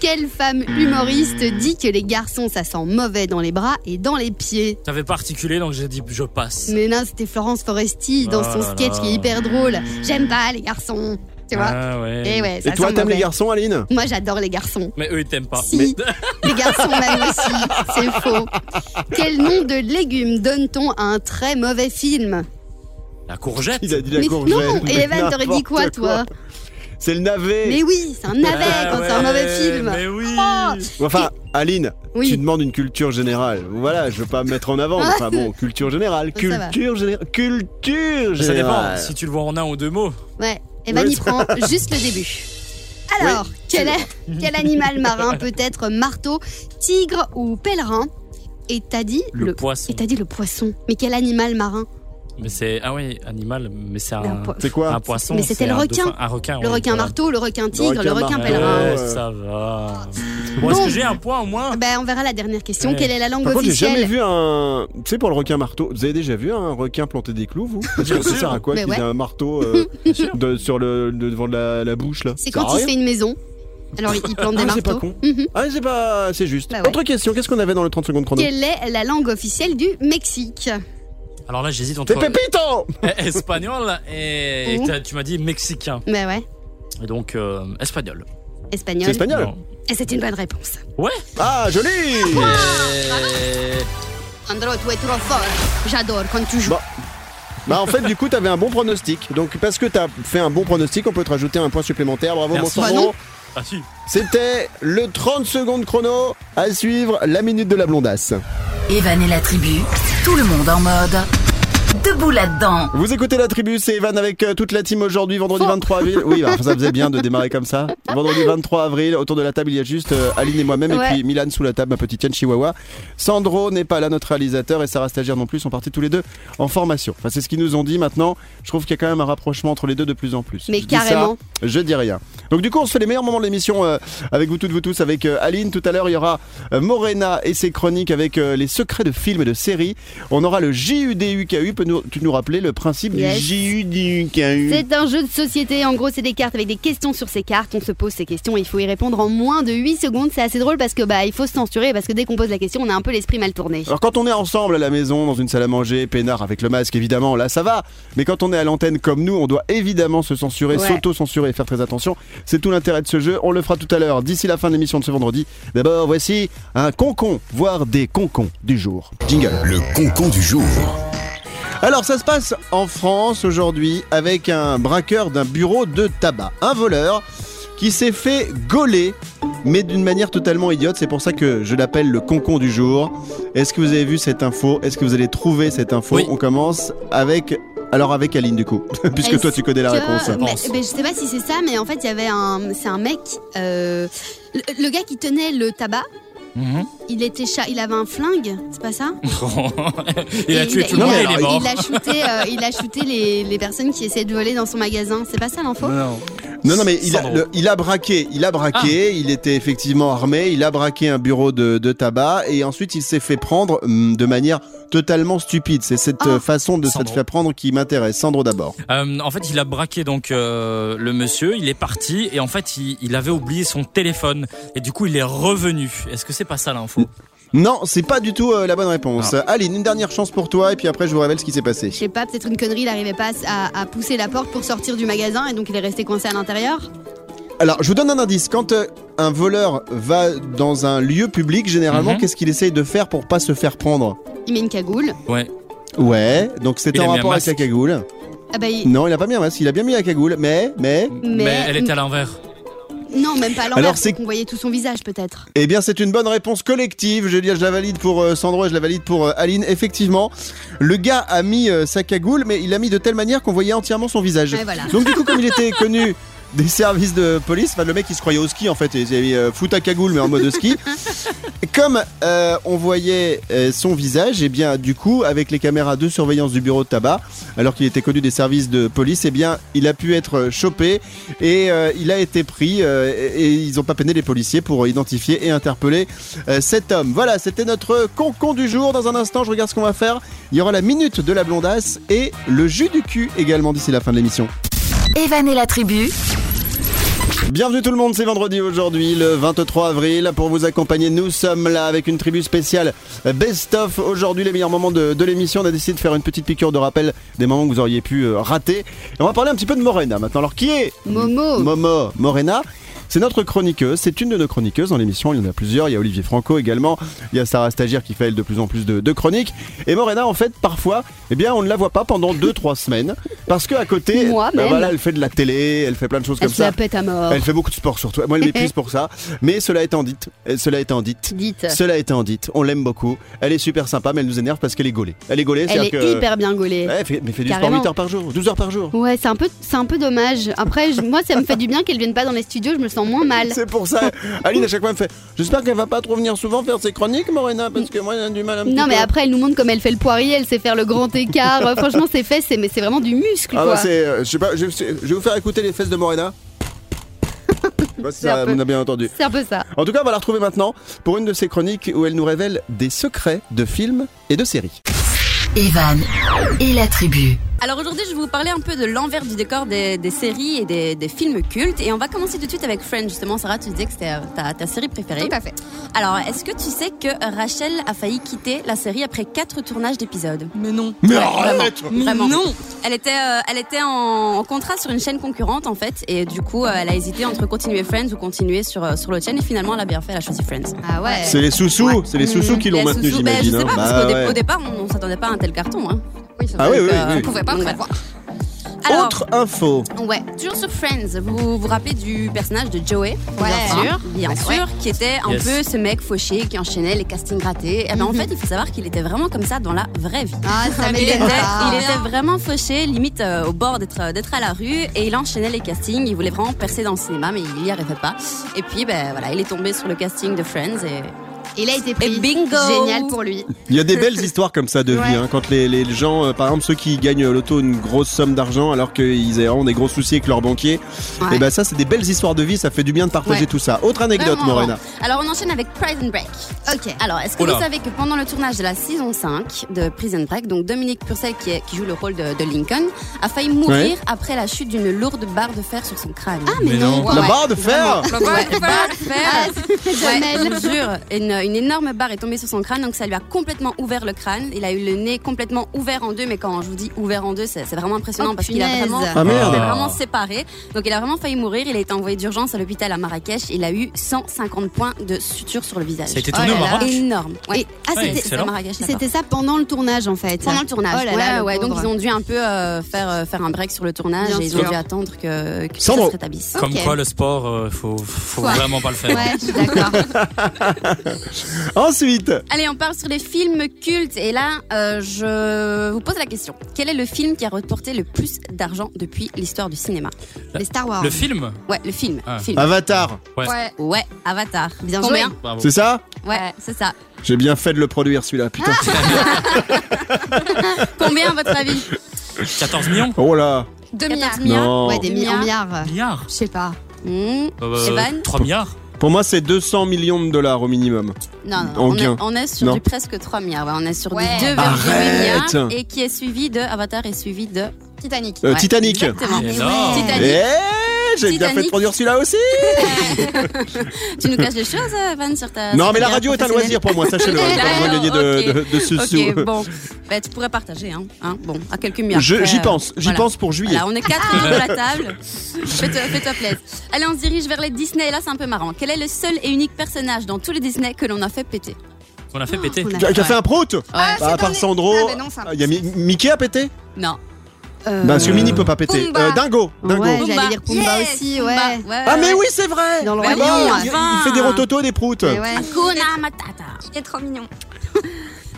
Speaker 3: Quelle femme humoriste dit que les garçons, ça sent mauvais dans les bras et dans les pieds
Speaker 7: T'avais pas articulé, donc j'ai dit je passe.
Speaker 3: Mais non, c'était Florence Foresti dans son
Speaker 7: Oh là
Speaker 3: sketch
Speaker 7: là.
Speaker 3: qui est hyper drôle. J'aime pas les garçons, tu vois.
Speaker 7: Ah ouais.
Speaker 3: et ouais, ça
Speaker 2: Et toi,
Speaker 3: sent
Speaker 2: t'aimes les
Speaker 3: mauvais.
Speaker 2: garçons, Aline
Speaker 3: Moi, j'adore les garçons.
Speaker 7: Mais eux, ils t'aiment pas.
Speaker 3: Si, <laughs> les garçons m'aiment aussi, c'est faux. Quel nom de légume donne-t-on à un très mauvais film
Speaker 7: La courgette.
Speaker 2: Il a dit la
Speaker 3: Mais
Speaker 2: courgette.
Speaker 3: non, et
Speaker 2: mais
Speaker 3: Evan, t'aurais dit quoi,
Speaker 2: n'importe
Speaker 3: toi
Speaker 2: C'est le navet.
Speaker 3: Mais oui, c'est un navet
Speaker 7: Ah
Speaker 3: quand c'est un
Speaker 7: ouais,
Speaker 3: mauvais film.
Speaker 7: Mais oui.
Speaker 3: Oh.
Speaker 2: Enfin, Aline,
Speaker 3: Oui.
Speaker 2: tu demandes une culture générale. Voilà, je veux pas me mettre en avant. mais
Speaker 3: <laughs>
Speaker 2: Enfin bon, culture générale,
Speaker 3: Ça va.
Speaker 2: culture générale, culture
Speaker 7: Ça dépend.
Speaker 2: générale.
Speaker 7: Si tu le vois en un ou deux mots.
Speaker 3: Ouais, Evan
Speaker 2: Oui.
Speaker 3: y prend
Speaker 2: <laughs>
Speaker 3: juste le début. Alors, quel, quel animal marin peut être marteau, tigre ou pèlerin Et t'as dit
Speaker 7: Le, poisson.
Speaker 3: Et t'as dit le poisson. Mais quel animal marin
Speaker 7: Mais c'est ah oui, animal. Mais c'est
Speaker 3: Mais un
Speaker 7: un,
Speaker 3: po-
Speaker 2: C'est quoi
Speaker 7: un poisson.
Speaker 3: Mais c'était
Speaker 7: c'est
Speaker 3: le
Speaker 7: un
Speaker 3: requin.
Speaker 7: dauphin- Un requin.
Speaker 3: Le
Speaker 7: oui,
Speaker 3: requin
Speaker 7: voilà.
Speaker 3: marteau, le requin tigre, le
Speaker 2: requin
Speaker 3: requin
Speaker 2: marteau.
Speaker 3: pèlerin.
Speaker 7: Ouais,
Speaker 2: Ouais.
Speaker 7: ça va. Bon, est-ce que j'ai un point au moins
Speaker 3: Ben, on verra la dernière question.
Speaker 7: Ouais.
Speaker 3: Quelle est la langue
Speaker 2: Par contre, j'ai jamais
Speaker 3: officielle
Speaker 2: vu un. Tu sais, pour le requin marteau, vous avez déjà vu un requin planter des clous, vous Parce que
Speaker 7: Bien
Speaker 2: Ça
Speaker 7: sûr.
Speaker 2: sert à quoi
Speaker 3: Mais
Speaker 2: qu'il ait
Speaker 3: ouais.
Speaker 2: un marteau euh,
Speaker 3: <laughs>
Speaker 7: sûr.
Speaker 2: de- sur le le devant de la, la bouche là
Speaker 3: C'est
Speaker 2: Ça sert
Speaker 3: quand
Speaker 2: à
Speaker 3: il se fait
Speaker 2: rien.
Speaker 3: une maison. Alors, il il plante des
Speaker 2: Ah, c'est pas
Speaker 3: marteaux.
Speaker 2: con.
Speaker 3: Mhm.
Speaker 2: Ah, c'est pas. C'est juste.
Speaker 3: Bah ouais.
Speaker 2: Autre question, qu'est-ce qu'on avait dans le 30 secondes chrono
Speaker 3: Quelle est la langue officielle du Mexique
Speaker 7: Alors là, j'hésite
Speaker 2: C'est
Speaker 7: entre
Speaker 2: Pépito
Speaker 7: <laughs> espagnol et, et t'as- tu m'as dit mexicain.
Speaker 3: Ben ouais,
Speaker 7: Et donc euh, espagnol.
Speaker 2: C'est
Speaker 3: espagnol.
Speaker 2: espagnol
Speaker 7: Non.
Speaker 3: Et c'est une bonne réponse.
Speaker 7: Ouais.
Speaker 2: Ah, joli
Speaker 3: <laughs>
Speaker 7: Ah. Et-
Speaker 3: Andro, tu es trop fort. hein. J'adore quand tu joues.
Speaker 2: Bon. Bah en fait du coup t'avais un bon pronostic donc parce que t'as fait un bon pronostic on peut te rajouter un point supplémentaire bravo mon
Speaker 7: Merci.
Speaker 2: Sandro.
Speaker 3: Bah non.
Speaker 7: Ah si.
Speaker 2: C'était le 30 secondes chrono à suivre la minute de la blondasse.
Speaker 1: Evan et la tribu. Tout le monde en mode Debout là-dedans.
Speaker 2: Vous écoutez la tribu, c'est Evan avec euh, toute la team aujourd'hui, vendredi 23 avril. Oui, bah, ça faisait bien de démarrer comme
Speaker 3: <laughs>
Speaker 2: ça. Vendredi 23 avril, autour de la table, il y a juste euh, Aline et moi-même,
Speaker 3: Ouais.
Speaker 2: et puis Milan sous la table, ma petite Yen Chihuahua. Sandro n'est pas là, notre réalisateur, et Sarah Stagiaire non plus, sont partis tous les deux en formation. Enfin, c'est ce qu'ils nous ont dit maintenant. Je trouve qu'il y a quand même un rapprochement entre les deux de plus en plus.
Speaker 3: Mais
Speaker 2: Je dis ça,
Speaker 3: carrément.
Speaker 2: je dis rien. Donc du coup, on se fait les meilleurs moments de l'émission euh, avec vous toutes, vous tous, avec euh, Aline. Tout à l'heure, il y aura euh, Morena et ses chroniques avec euh, les secrets de films et de séries. On aura le JUDUKU. Peux-tu nous rappeler le principe
Speaker 3: Yes.
Speaker 2: du JUDUKU
Speaker 3: C'est un jeu de société. En gros, c'est des cartes avec des questions sur ces cartes. On se pose ces questions et il faut y répondre en moins de 8 secondes. C'est assez drôle parce que bah il faut se censurer parce que dès qu'on pose la question, on a un peu l'esprit mal tourné.
Speaker 2: alors quand on est ensemble à la maison, dans une salle à manger, peinard avec le masque évidemment, là ça va. Mais quand on est à l'antenne comme nous, on doit évidemment se censurer,
Speaker 3: Ouais.
Speaker 2: s'auto-censurer et faire très attention. C'est tout l'intérêt de ce jeu, on le fera tout à l'heure, d'ici la fin de l'émission de ce vendredi. D'abord voici un concon, voire des concons du jour. Jingle.
Speaker 8: Le concon du jour.
Speaker 2: Alors ça se passe en France aujourd'hui avec un braqueur d'un bureau de tabac, un voleur qui s'est fait gauler, mais d'une manière totalement idiote. C'est pour ça que je l'appelle le concon du jour. Est-ce que vous avez vu cette info Est-ce que vous allez trouver cette info
Speaker 7: Oui.
Speaker 2: On commence avec... Alors avec Aline du coup, <laughs> puisque
Speaker 3: Est-ce
Speaker 2: toi tu connais la
Speaker 3: que-
Speaker 2: réponse.
Speaker 3: mais-
Speaker 7: pense.
Speaker 3: mais je sais pas si c'est ça, mais en fait, il y avait un. C'est un mec. euh, le, le gars qui tenait le tabac, il était chat. Il avait un flingue, c'est pas ça
Speaker 7: <laughs> il a
Speaker 3: Et
Speaker 7: tué tout le
Speaker 2: non,
Speaker 7: monde,
Speaker 2: mais
Speaker 7: il est
Speaker 2: alors,
Speaker 7: mort.
Speaker 3: il a shooté, euh, il a shooté les, les personnes qui essayaient de voler dans son magasin. C'est pas ça l'info
Speaker 2: Non, non, mais il a,
Speaker 7: Sandro.
Speaker 2: le- il a braqué, il a braqué, il était effectivement armé, il a braqué un bureau de, de tabac et ensuite il s'est fait prendre hum, de manière totalement stupide. C'est cette
Speaker 3: Ah.
Speaker 2: euh, façon de se
Speaker 7: Sandro.
Speaker 2: faire prendre qui m'intéresse. Sandro d'abord.
Speaker 7: Euh, en fait, il a braqué donc euh, le monsieur, il est parti et en fait, il, il avait oublié son téléphone et du coup, il est revenu. Est-ce que c'est pas ça l'info
Speaker 2: Non, c'est pas du tout euh, la bonne réponse. Aline, une dernière chance pour toi et puis après je vous révèle ce qui s'est passé.
Speaker 3: Je sais pas, peut-être une connerie. Il arrivait pas à, à pousser la porte pour sortir du magasin et donc il est resté coincé à l'intérieur.
Speaker 2: Alors, je vous donne un indice. Quand euh, un voleur va dans un lieu public, généralement,
Speaker 7: Mhm.
Speaker 2: qu'est-ce qu'il essaye de faire pour pas se faire prendre
Speaker 3: Il met une cagoule.
Speaker 7: Ouais.
Speaker 2: Ouais, donc c'était
Speaker 7: Il a
Speaker 2: en
Speaker 7: mis un
Speaker 2: rapport avec la
Speaker 7: masque.
Speaker 2: cagoule.
Speaker 3: Ah bah, il-
Speaker 2: Non, il a pas mis un masque, il a bien mis la cagoule, mais, mais.
Speaker 7: Mais, elle était à l'envers.
Speaker 3: non, même pas à l'envers.
Speaker 2: Alors, c'est-
Speaker 3: parce qu'on voyait tout son visage peut-être.
Speaker 2: Eh bien, c'est une bonne réponse collective. Je, veux dire, je la valide pour euh, Sandro et je la valide pour euh, Aline. Effectivement, le gars a mis euh, sa cagoule, mais il l'a mis de telle manière qu'on voyait entièrement son visage.
Speaker 3: Ouais, voilà.
Speaker 2: Donc, du coup, comme il était connu des services de police, enfin, le mec il se croyait au ski en fait, et il avait euh, foutu à cagoule, mais en mode ski. Comme euh, on voyait euh, son visage, eh bien, du coup, avec les caméras de surveillance du bureau de tabac, alors qu'il était connu des services de police, eh bien, il a pu être euh, chopé et euh, il a été pris euh, et, et ils n'ont pas peiné les policiers pour identifier et interpeller euh, cet homme. Voilà, c'était notre concon du jour. Dans un instant, je regarde ce qu'on va faire. Il y aura la minute de la blondasse et le jus du cul également d'ici la fin de l'émission.
Speaker 1: Evan et la tribu.
Speaker 2: Bienvenue tout le monde, c'est vendredi aujourd'hui, le 23 avril. Pour vous accompagner, nous sommes là avec une tribu spéciale Best of. Aujourd'hui, les meilleurs moments de, de l'émission. On a décidé de faire une petite piqûre de rappel des moments que vous auriez pu euh, rater. Et on va parler un petit peu de Morena maintenant. Alors, qui est
Speaker 3: Momo.
Speaker 2: Momo Morena c'est notre chroniqueuse, c'est une de nos chroniqueuses dans l'émission, il y en a plusieurs, il y a Olivier Franco également, il y a Sarah Stagiaire qui fait elle de plus en plus de, de chroniques. Et Morena en fait parfois, eh bien on ne la voit pas pendant 2-3 semaines, parce que à côté, bah
Speaker 3: Moi même.
Speaker 2: voilà, elle fait de la télé, elle fait plein de choses
Speaker 3: Elle
Speaker 2: comme
Speaker 3: se
Speaker 2: ça.
Speaker 3: la pète à mort.
Speaker 2: Elle fait beaucoup de sport surtout. Moi, elle
Speaker 3: <laughs>
Speaker 2: m'épuise pour ça. Mais cela étant dit, euh, cela étant dit,
Speaker 3: Dites.
Speaker 2: cela étant dit, on l'aime beaucoup. Elle est super sympa, mais elle nous énerve parce qu'elle est gaulée. Elle est gaulée,
Speaker 3: Elle est
Speaker 2: c'est-à-dire que.
Speaker 3: hyper bien gaulée.
Speaker 2: Ouais, elle fait, mais fait du sport
Speaker 3: Carrément.
Speaker 2: 8 heures par jour, 12 heures par jour.
Speaker 3: Ouais, c'est un peu, c'est un peu dommage. Après, je- moi, ça me fait du bien qu'elle vienne pas dans les studios. Je me sens moins mal.
Speaker 2: C'est pour ça. Aline, à chaque fois, elle me fait J'espère qu'elle va pas trop venir souvent faire ses chroniques, Morena, parce que moi, j'ai du mal à me.
Speaker 3: Non, mais après, elle nous montre comme elle fait le poirier. Elle sait faire le grand écart. Euh, Franchement, ses fesses, c'est, mais c'est vraiment du muscle,
Speaker 2: Ah
Speaker 3: quoi.
Speaker 2: bah, c'est. euh, Je sais pas, je, je vais vous faire écouter les fesses de Morena. Je sais pas si
Speaker 3: C'est un
Speaker 2: ça,
Speaker 3: peu-
Speaker 2: on a bien entendu.
Speaker 3: C'est un peu ça.
Speaker 2: En tout cas, on va la retrouver maintenant pour une de ses chroniques où elle nous révèle des secrets de films et de séries.
Speaker 1: Evan et la tribu.
Speaker 9: Alors aujourd'hui, je vais vous parler un peu de l'envers du décor des, des séries et des, des films cultes. Et on va commencer tout de suite avec Friends. Justement, Sarah, tu disais que c'était euh, ta, ta série préférée.
Speaker 6: Tout à fait.
Speaker 9: Alors, est-ce que tu sais que Rachel a failli quitter la série après quatre tournages d'épisodes
Speaker 6: Mais non.
Speaker 2: Mais arrête
Speaker 6: Mais
Speaker 9: Vraiment.
Speaker 6: non.
Speaker 9: Elle était, euh, elle était en, en contrat sur une chaîne concurrente, en fait. Et du coup, euh, elle a hésité entre continuer Friends ou continuer sur, euh, sur l'autre chaîne. Et finalement, elle a bien fait, elle a choisi Friends.
Speaker 3: Ah ouais.
Speaker 2: C'est les sous-sous, Oh, c'est les sous-sous qui l'ont
Speaker 9: Et
Speaker 2: maintenu,
Speaker 9: Soussou- ben,
Speaker 2: j'imagine.
Speaker 9: Je sais
Speaker 2: hein.
Speaker 9: pas, parce
Speaker 2: Bah
Speaker 9: qu'au dé-
Speaker 2: ouais.
Speaker 9: au départ, on, on s'attendait pas à un tel carton. hein.
Speaker 6: Oui, c'est
Speaker 2: Ah
Speaker 6: vrai
Speaker 2: oui,
Speaker 6: que,
Speaker 2: oui,
Speaker 6: euh,
Speaker 2: oui.
Speaker 6: On pouvait pas
Speaker 9: Donc,
Speaker 6: prévoir.
Speaker 9: Alors,
Speaker 2: Autre info.
Speaker 9: Ouais, toujours sur Friends, vous vous, vous rappelez du personnage de Joey
Speaker 6: Ouais.
Speaker 9: Bien sûr, bien sûr, qui était un
Speaker 7: Yes.
Speaker 9: peu ce mec fauché qui enchaînait les castings ratés. Et ben en fait, il faut savoir qu'il était vraiment comme ça dans la vraie vie.
Speaker 3: Ah, ça
Speaker 9: Il était,
Speaker 3: m'étonne pas.
Speaker 9: il était vraiment fauché, limite euh, au bord d'être d'être à la rue, et il enchaînait les castings. Il voulait vraiment percer dans le cinéma, mais il n'y arrivait pas. Et puis, ben voilà, il est tombé sur le casting de Friends et
Speaker 3: Il a été pris.
Speaker 9: Et bingo
Speaker 3: Génial pour lui.
Speaker 2: Il y a des belles histoires comme ça de vie,
Speaker 3: Ouais.
Speaker 2: hein, quand les, les gens, euh, par exemple ceux qui gagnent euh, l'auto une grosse somme d'argent alors qu'ils ont des gros soucis avec leur banquier,
Speaker 9: Ouais.
Speaker 2: et ben ça c'est des belles histoires de vie, ça fait du bien de partager
Speaker 9: Ouais.
Speaker 2: tout ça. Autre anecdote,
Speaker 9: Vraiment.
Speaker 2: Morena.
Speaker 9: Alors on enchaîne avec Prison Break.
Speaker 3: Ok.
Speaker 9: Alors, est-ce que
Speaker 7: Oula.
Speaker 9: vous savez que pendant le tournage de la saison 5 de Prison Break, donc Dominique Purcell, qui, est- qui joue le rôle de, de Lincoln, a failli mourir après la chute d'une lourde barre de fer sur son crâne. Ah,
Speaker 7: mais non.
Speaker 2: La
Speaker 9: Ouais,
Speaker 2: barre de fer.
Speaker 6: Le bon père.
Speaker 9: Ah, je vous jure, une, une énorme barre est tombée sur son crâne, donc ça lui a complètement ouvert le crâne. Il a eu le nez complètement ouvert en deux, mais quand je vous dis ouvert en deux, c'est c'est vraiment impressionnant
Speaker 3: Oh,
Speaker 9: parce qu'il a
Speaker 3: punaise.
Speaker 9: vraiment,
Speaker 2: Ah merde.
Speaker 9: il est vraiment séparé. Donc il a vraiment failli mourir. Il a été envoyé d'urgence à l'hôpital à Marrakech. Il a eu 150 points de suture sur le visage.
Speaker 7: Ça a été
Speaker 9: Oh
Speaker 7: tourné
Speaker 9: là
Speaker 7: au
Speaker 9: là.
Speaker 7: Maroc
Speaker 9: Énorme. Ouais.
Speaker 3: Et- ah,
Speaker 7: Ouais,
Speaker 3: c'était-
Speaker 9: C'est à
Speaker 7: excellent.
Speaker 9: Marrakech, d'accord.
Speaker 3: c'était ça pendant le tournage en fait.
Speaker 9: pendant le tournage.
Speaker 3: Oh là là, le
Speaker 9: ouais, ouais. Donc
Speaker 3: pauvre.
Speaker 9: ils ont dû un peu euh, faire euh, faire un break sur le tournage
Speaker 3: Bien
Speaker 9: et ils
Speaker 3: sûr.
Speaker 9: ont dû attendre que, que tout ça
Speaker 2: Sandro.
Speaker 9: se rétablisse.
Speaker 7: Comme
Speaker 3: Ok.
Speaker 7: quoi, le sport, euh, faut, faut
Speaker 9: Ouais.
Speaker 7: vraiment pas le faire.
Speaker 3: <laughs> Ouais, je suis d'accord.
Speaker 2: Ensuite,
Speaker 9: Allez, on parle sur les films cultes et là euh, je vous pose la question. Quel est le film qui a reporté le plus d'argent depuis l'histoire du cinéma
Speaker 3: Les Star Wars.
Speaker 7: Le film
Speaker 9: Ouais, le film.
Speaker 7: Ah.
Speaker 9: film.
Speaker 2: Avatar,
Speaker 6: Ouais.
Speaker 9: Ouais, Avatar.
Speaker 3: Bien
Speaker 9: Combien
Speaker 3: joué.
Speaker 7: Bravo.
Speaker 2: c'est ça
Speaker 9: Ouais, c'est ça.
Speaker 2: J'ai bien fait de le produire celui-là, putain.
Speaker 9: Ah. Combien à votre avis
Speaker 7: 14 millions
Speaker 2: Oh là,
Speaker 6: 2 milliards.
Speaker 9: 14 milliards
Speaker 2: non.
Speaker 3: Ouais, des mi- en milliards.
Speaker 7: Milliards
Speaker 3: Je sais pas.
Speaker 9: Mmh.
Speaker 7: Euh,
Speaker 9: Evan
Speaker 7: 3 milliards
Speaker 2: Pour moi, c'est 200 millions de dollars au minimum.
Speaker 9: Non, non,
Speaker 2: En
Speaker 9: on, est,
Speaker 2: gain.
Speaker 9: on est sur
Speaker 2: Non.
Speaker 9: du presque 3 milliards. Ouais, on est sur
Speaker 6: Ouais.
Speaker 9: du 2,8
Speaker 2: Arrête.
Speaker 9: milliards et qui est suivi de Avatar est suivi de
Speaker 6: Titanic.
Speaker 2: Euh,
Speaker 9: Ouais,
Speaker 2: Titanic.
Speaker 9: Exactement.
Speaker 7: Ah, Énorme.
Speaker 9: Titanic.
Speaker 2: Eh, j'ai bien fait de
Speaker 9: Titanic.
Speaker 2: produire celui-là aussi.
Speaker 9: Tu nous caches des choses, euh, Van, sur ta.
Speaker 2: Non,
Speaker 9: sur
Speaker 2: mais la
Speaker 9: ta
Speaker 2: radio est un
Speaker 9: professionnelle.
Speaker 2: loisir pour moi, sachez-le. hein. J'ai pas besoin de gagner
Speaker 9: <laughs>
Speaker 2: de, de, de ce sou. <laughs>
Speaker 9: Ok, bon. Bah, tu pourrais partager, hein. hein, Bon, à quelques milliards.
Speaker 2: Je-
Speaker 9: près,
Speaker 2: J'y
Speaker 9: euh,
Speaker 2: pense, j'y
Speaker 9: voilà.
Speaker 2: pense pour juillet.
Speaker 9: Voilà, on est quatre autour
Speaker 2: <laughs>
Speaker 9: de la table. Fais-toi fais-toi plaisir. Allez, on se dirige vers les Disney. Là, c'est un peu marrant. Quel est le seul et unique personnage dans tous les Disney que l'on a fait péter
Speaker 7: On a fait péter.
Speaker 3: on a-
Speaker 2: Qui a qui a fait un prout
Speaker 6: Ah,
Speaker 2: Bah, à
Speaker 6: c'est
Speaker 2: part
Speaker 6: un-
Speaker 2: Sandro,
Speaker 6: Ah, mais non, c'est un-
Speaker 2: ah, il y a Mi- Mickey a pété
Speaker 9: Non.
Speaker 3: Euh,
Speaker 2: Bah, Parce que Minnie peut pas péter.
Speaker 6: Pumba.
Speaker 2: Euh, dingo, dingo.
Speaker 3: Ouais, j'allais
Speaker 9: Pumba.
Speaker 3: dire Pumba
Speaker 6: Yes,
Speaker 3: aussi,
Speaker 9: Pumba,
Speaker 3: ouais.
Speaker 2: Ah, mais oui, c'est vrai
Speaker 3: Dans le
Speaker 2: Mais
Speaker 3: Roi
Speaker 2: bon,
Speaker 3: Lion,
Speaker 2: il,
Speaker 9: enfin.
Speaker 2: il fait des rototos et des proutes.
Speaker 3: Mais ouais.
Speaker 9: Hakuna Matata.
Speaker 6: Il est trop mignon.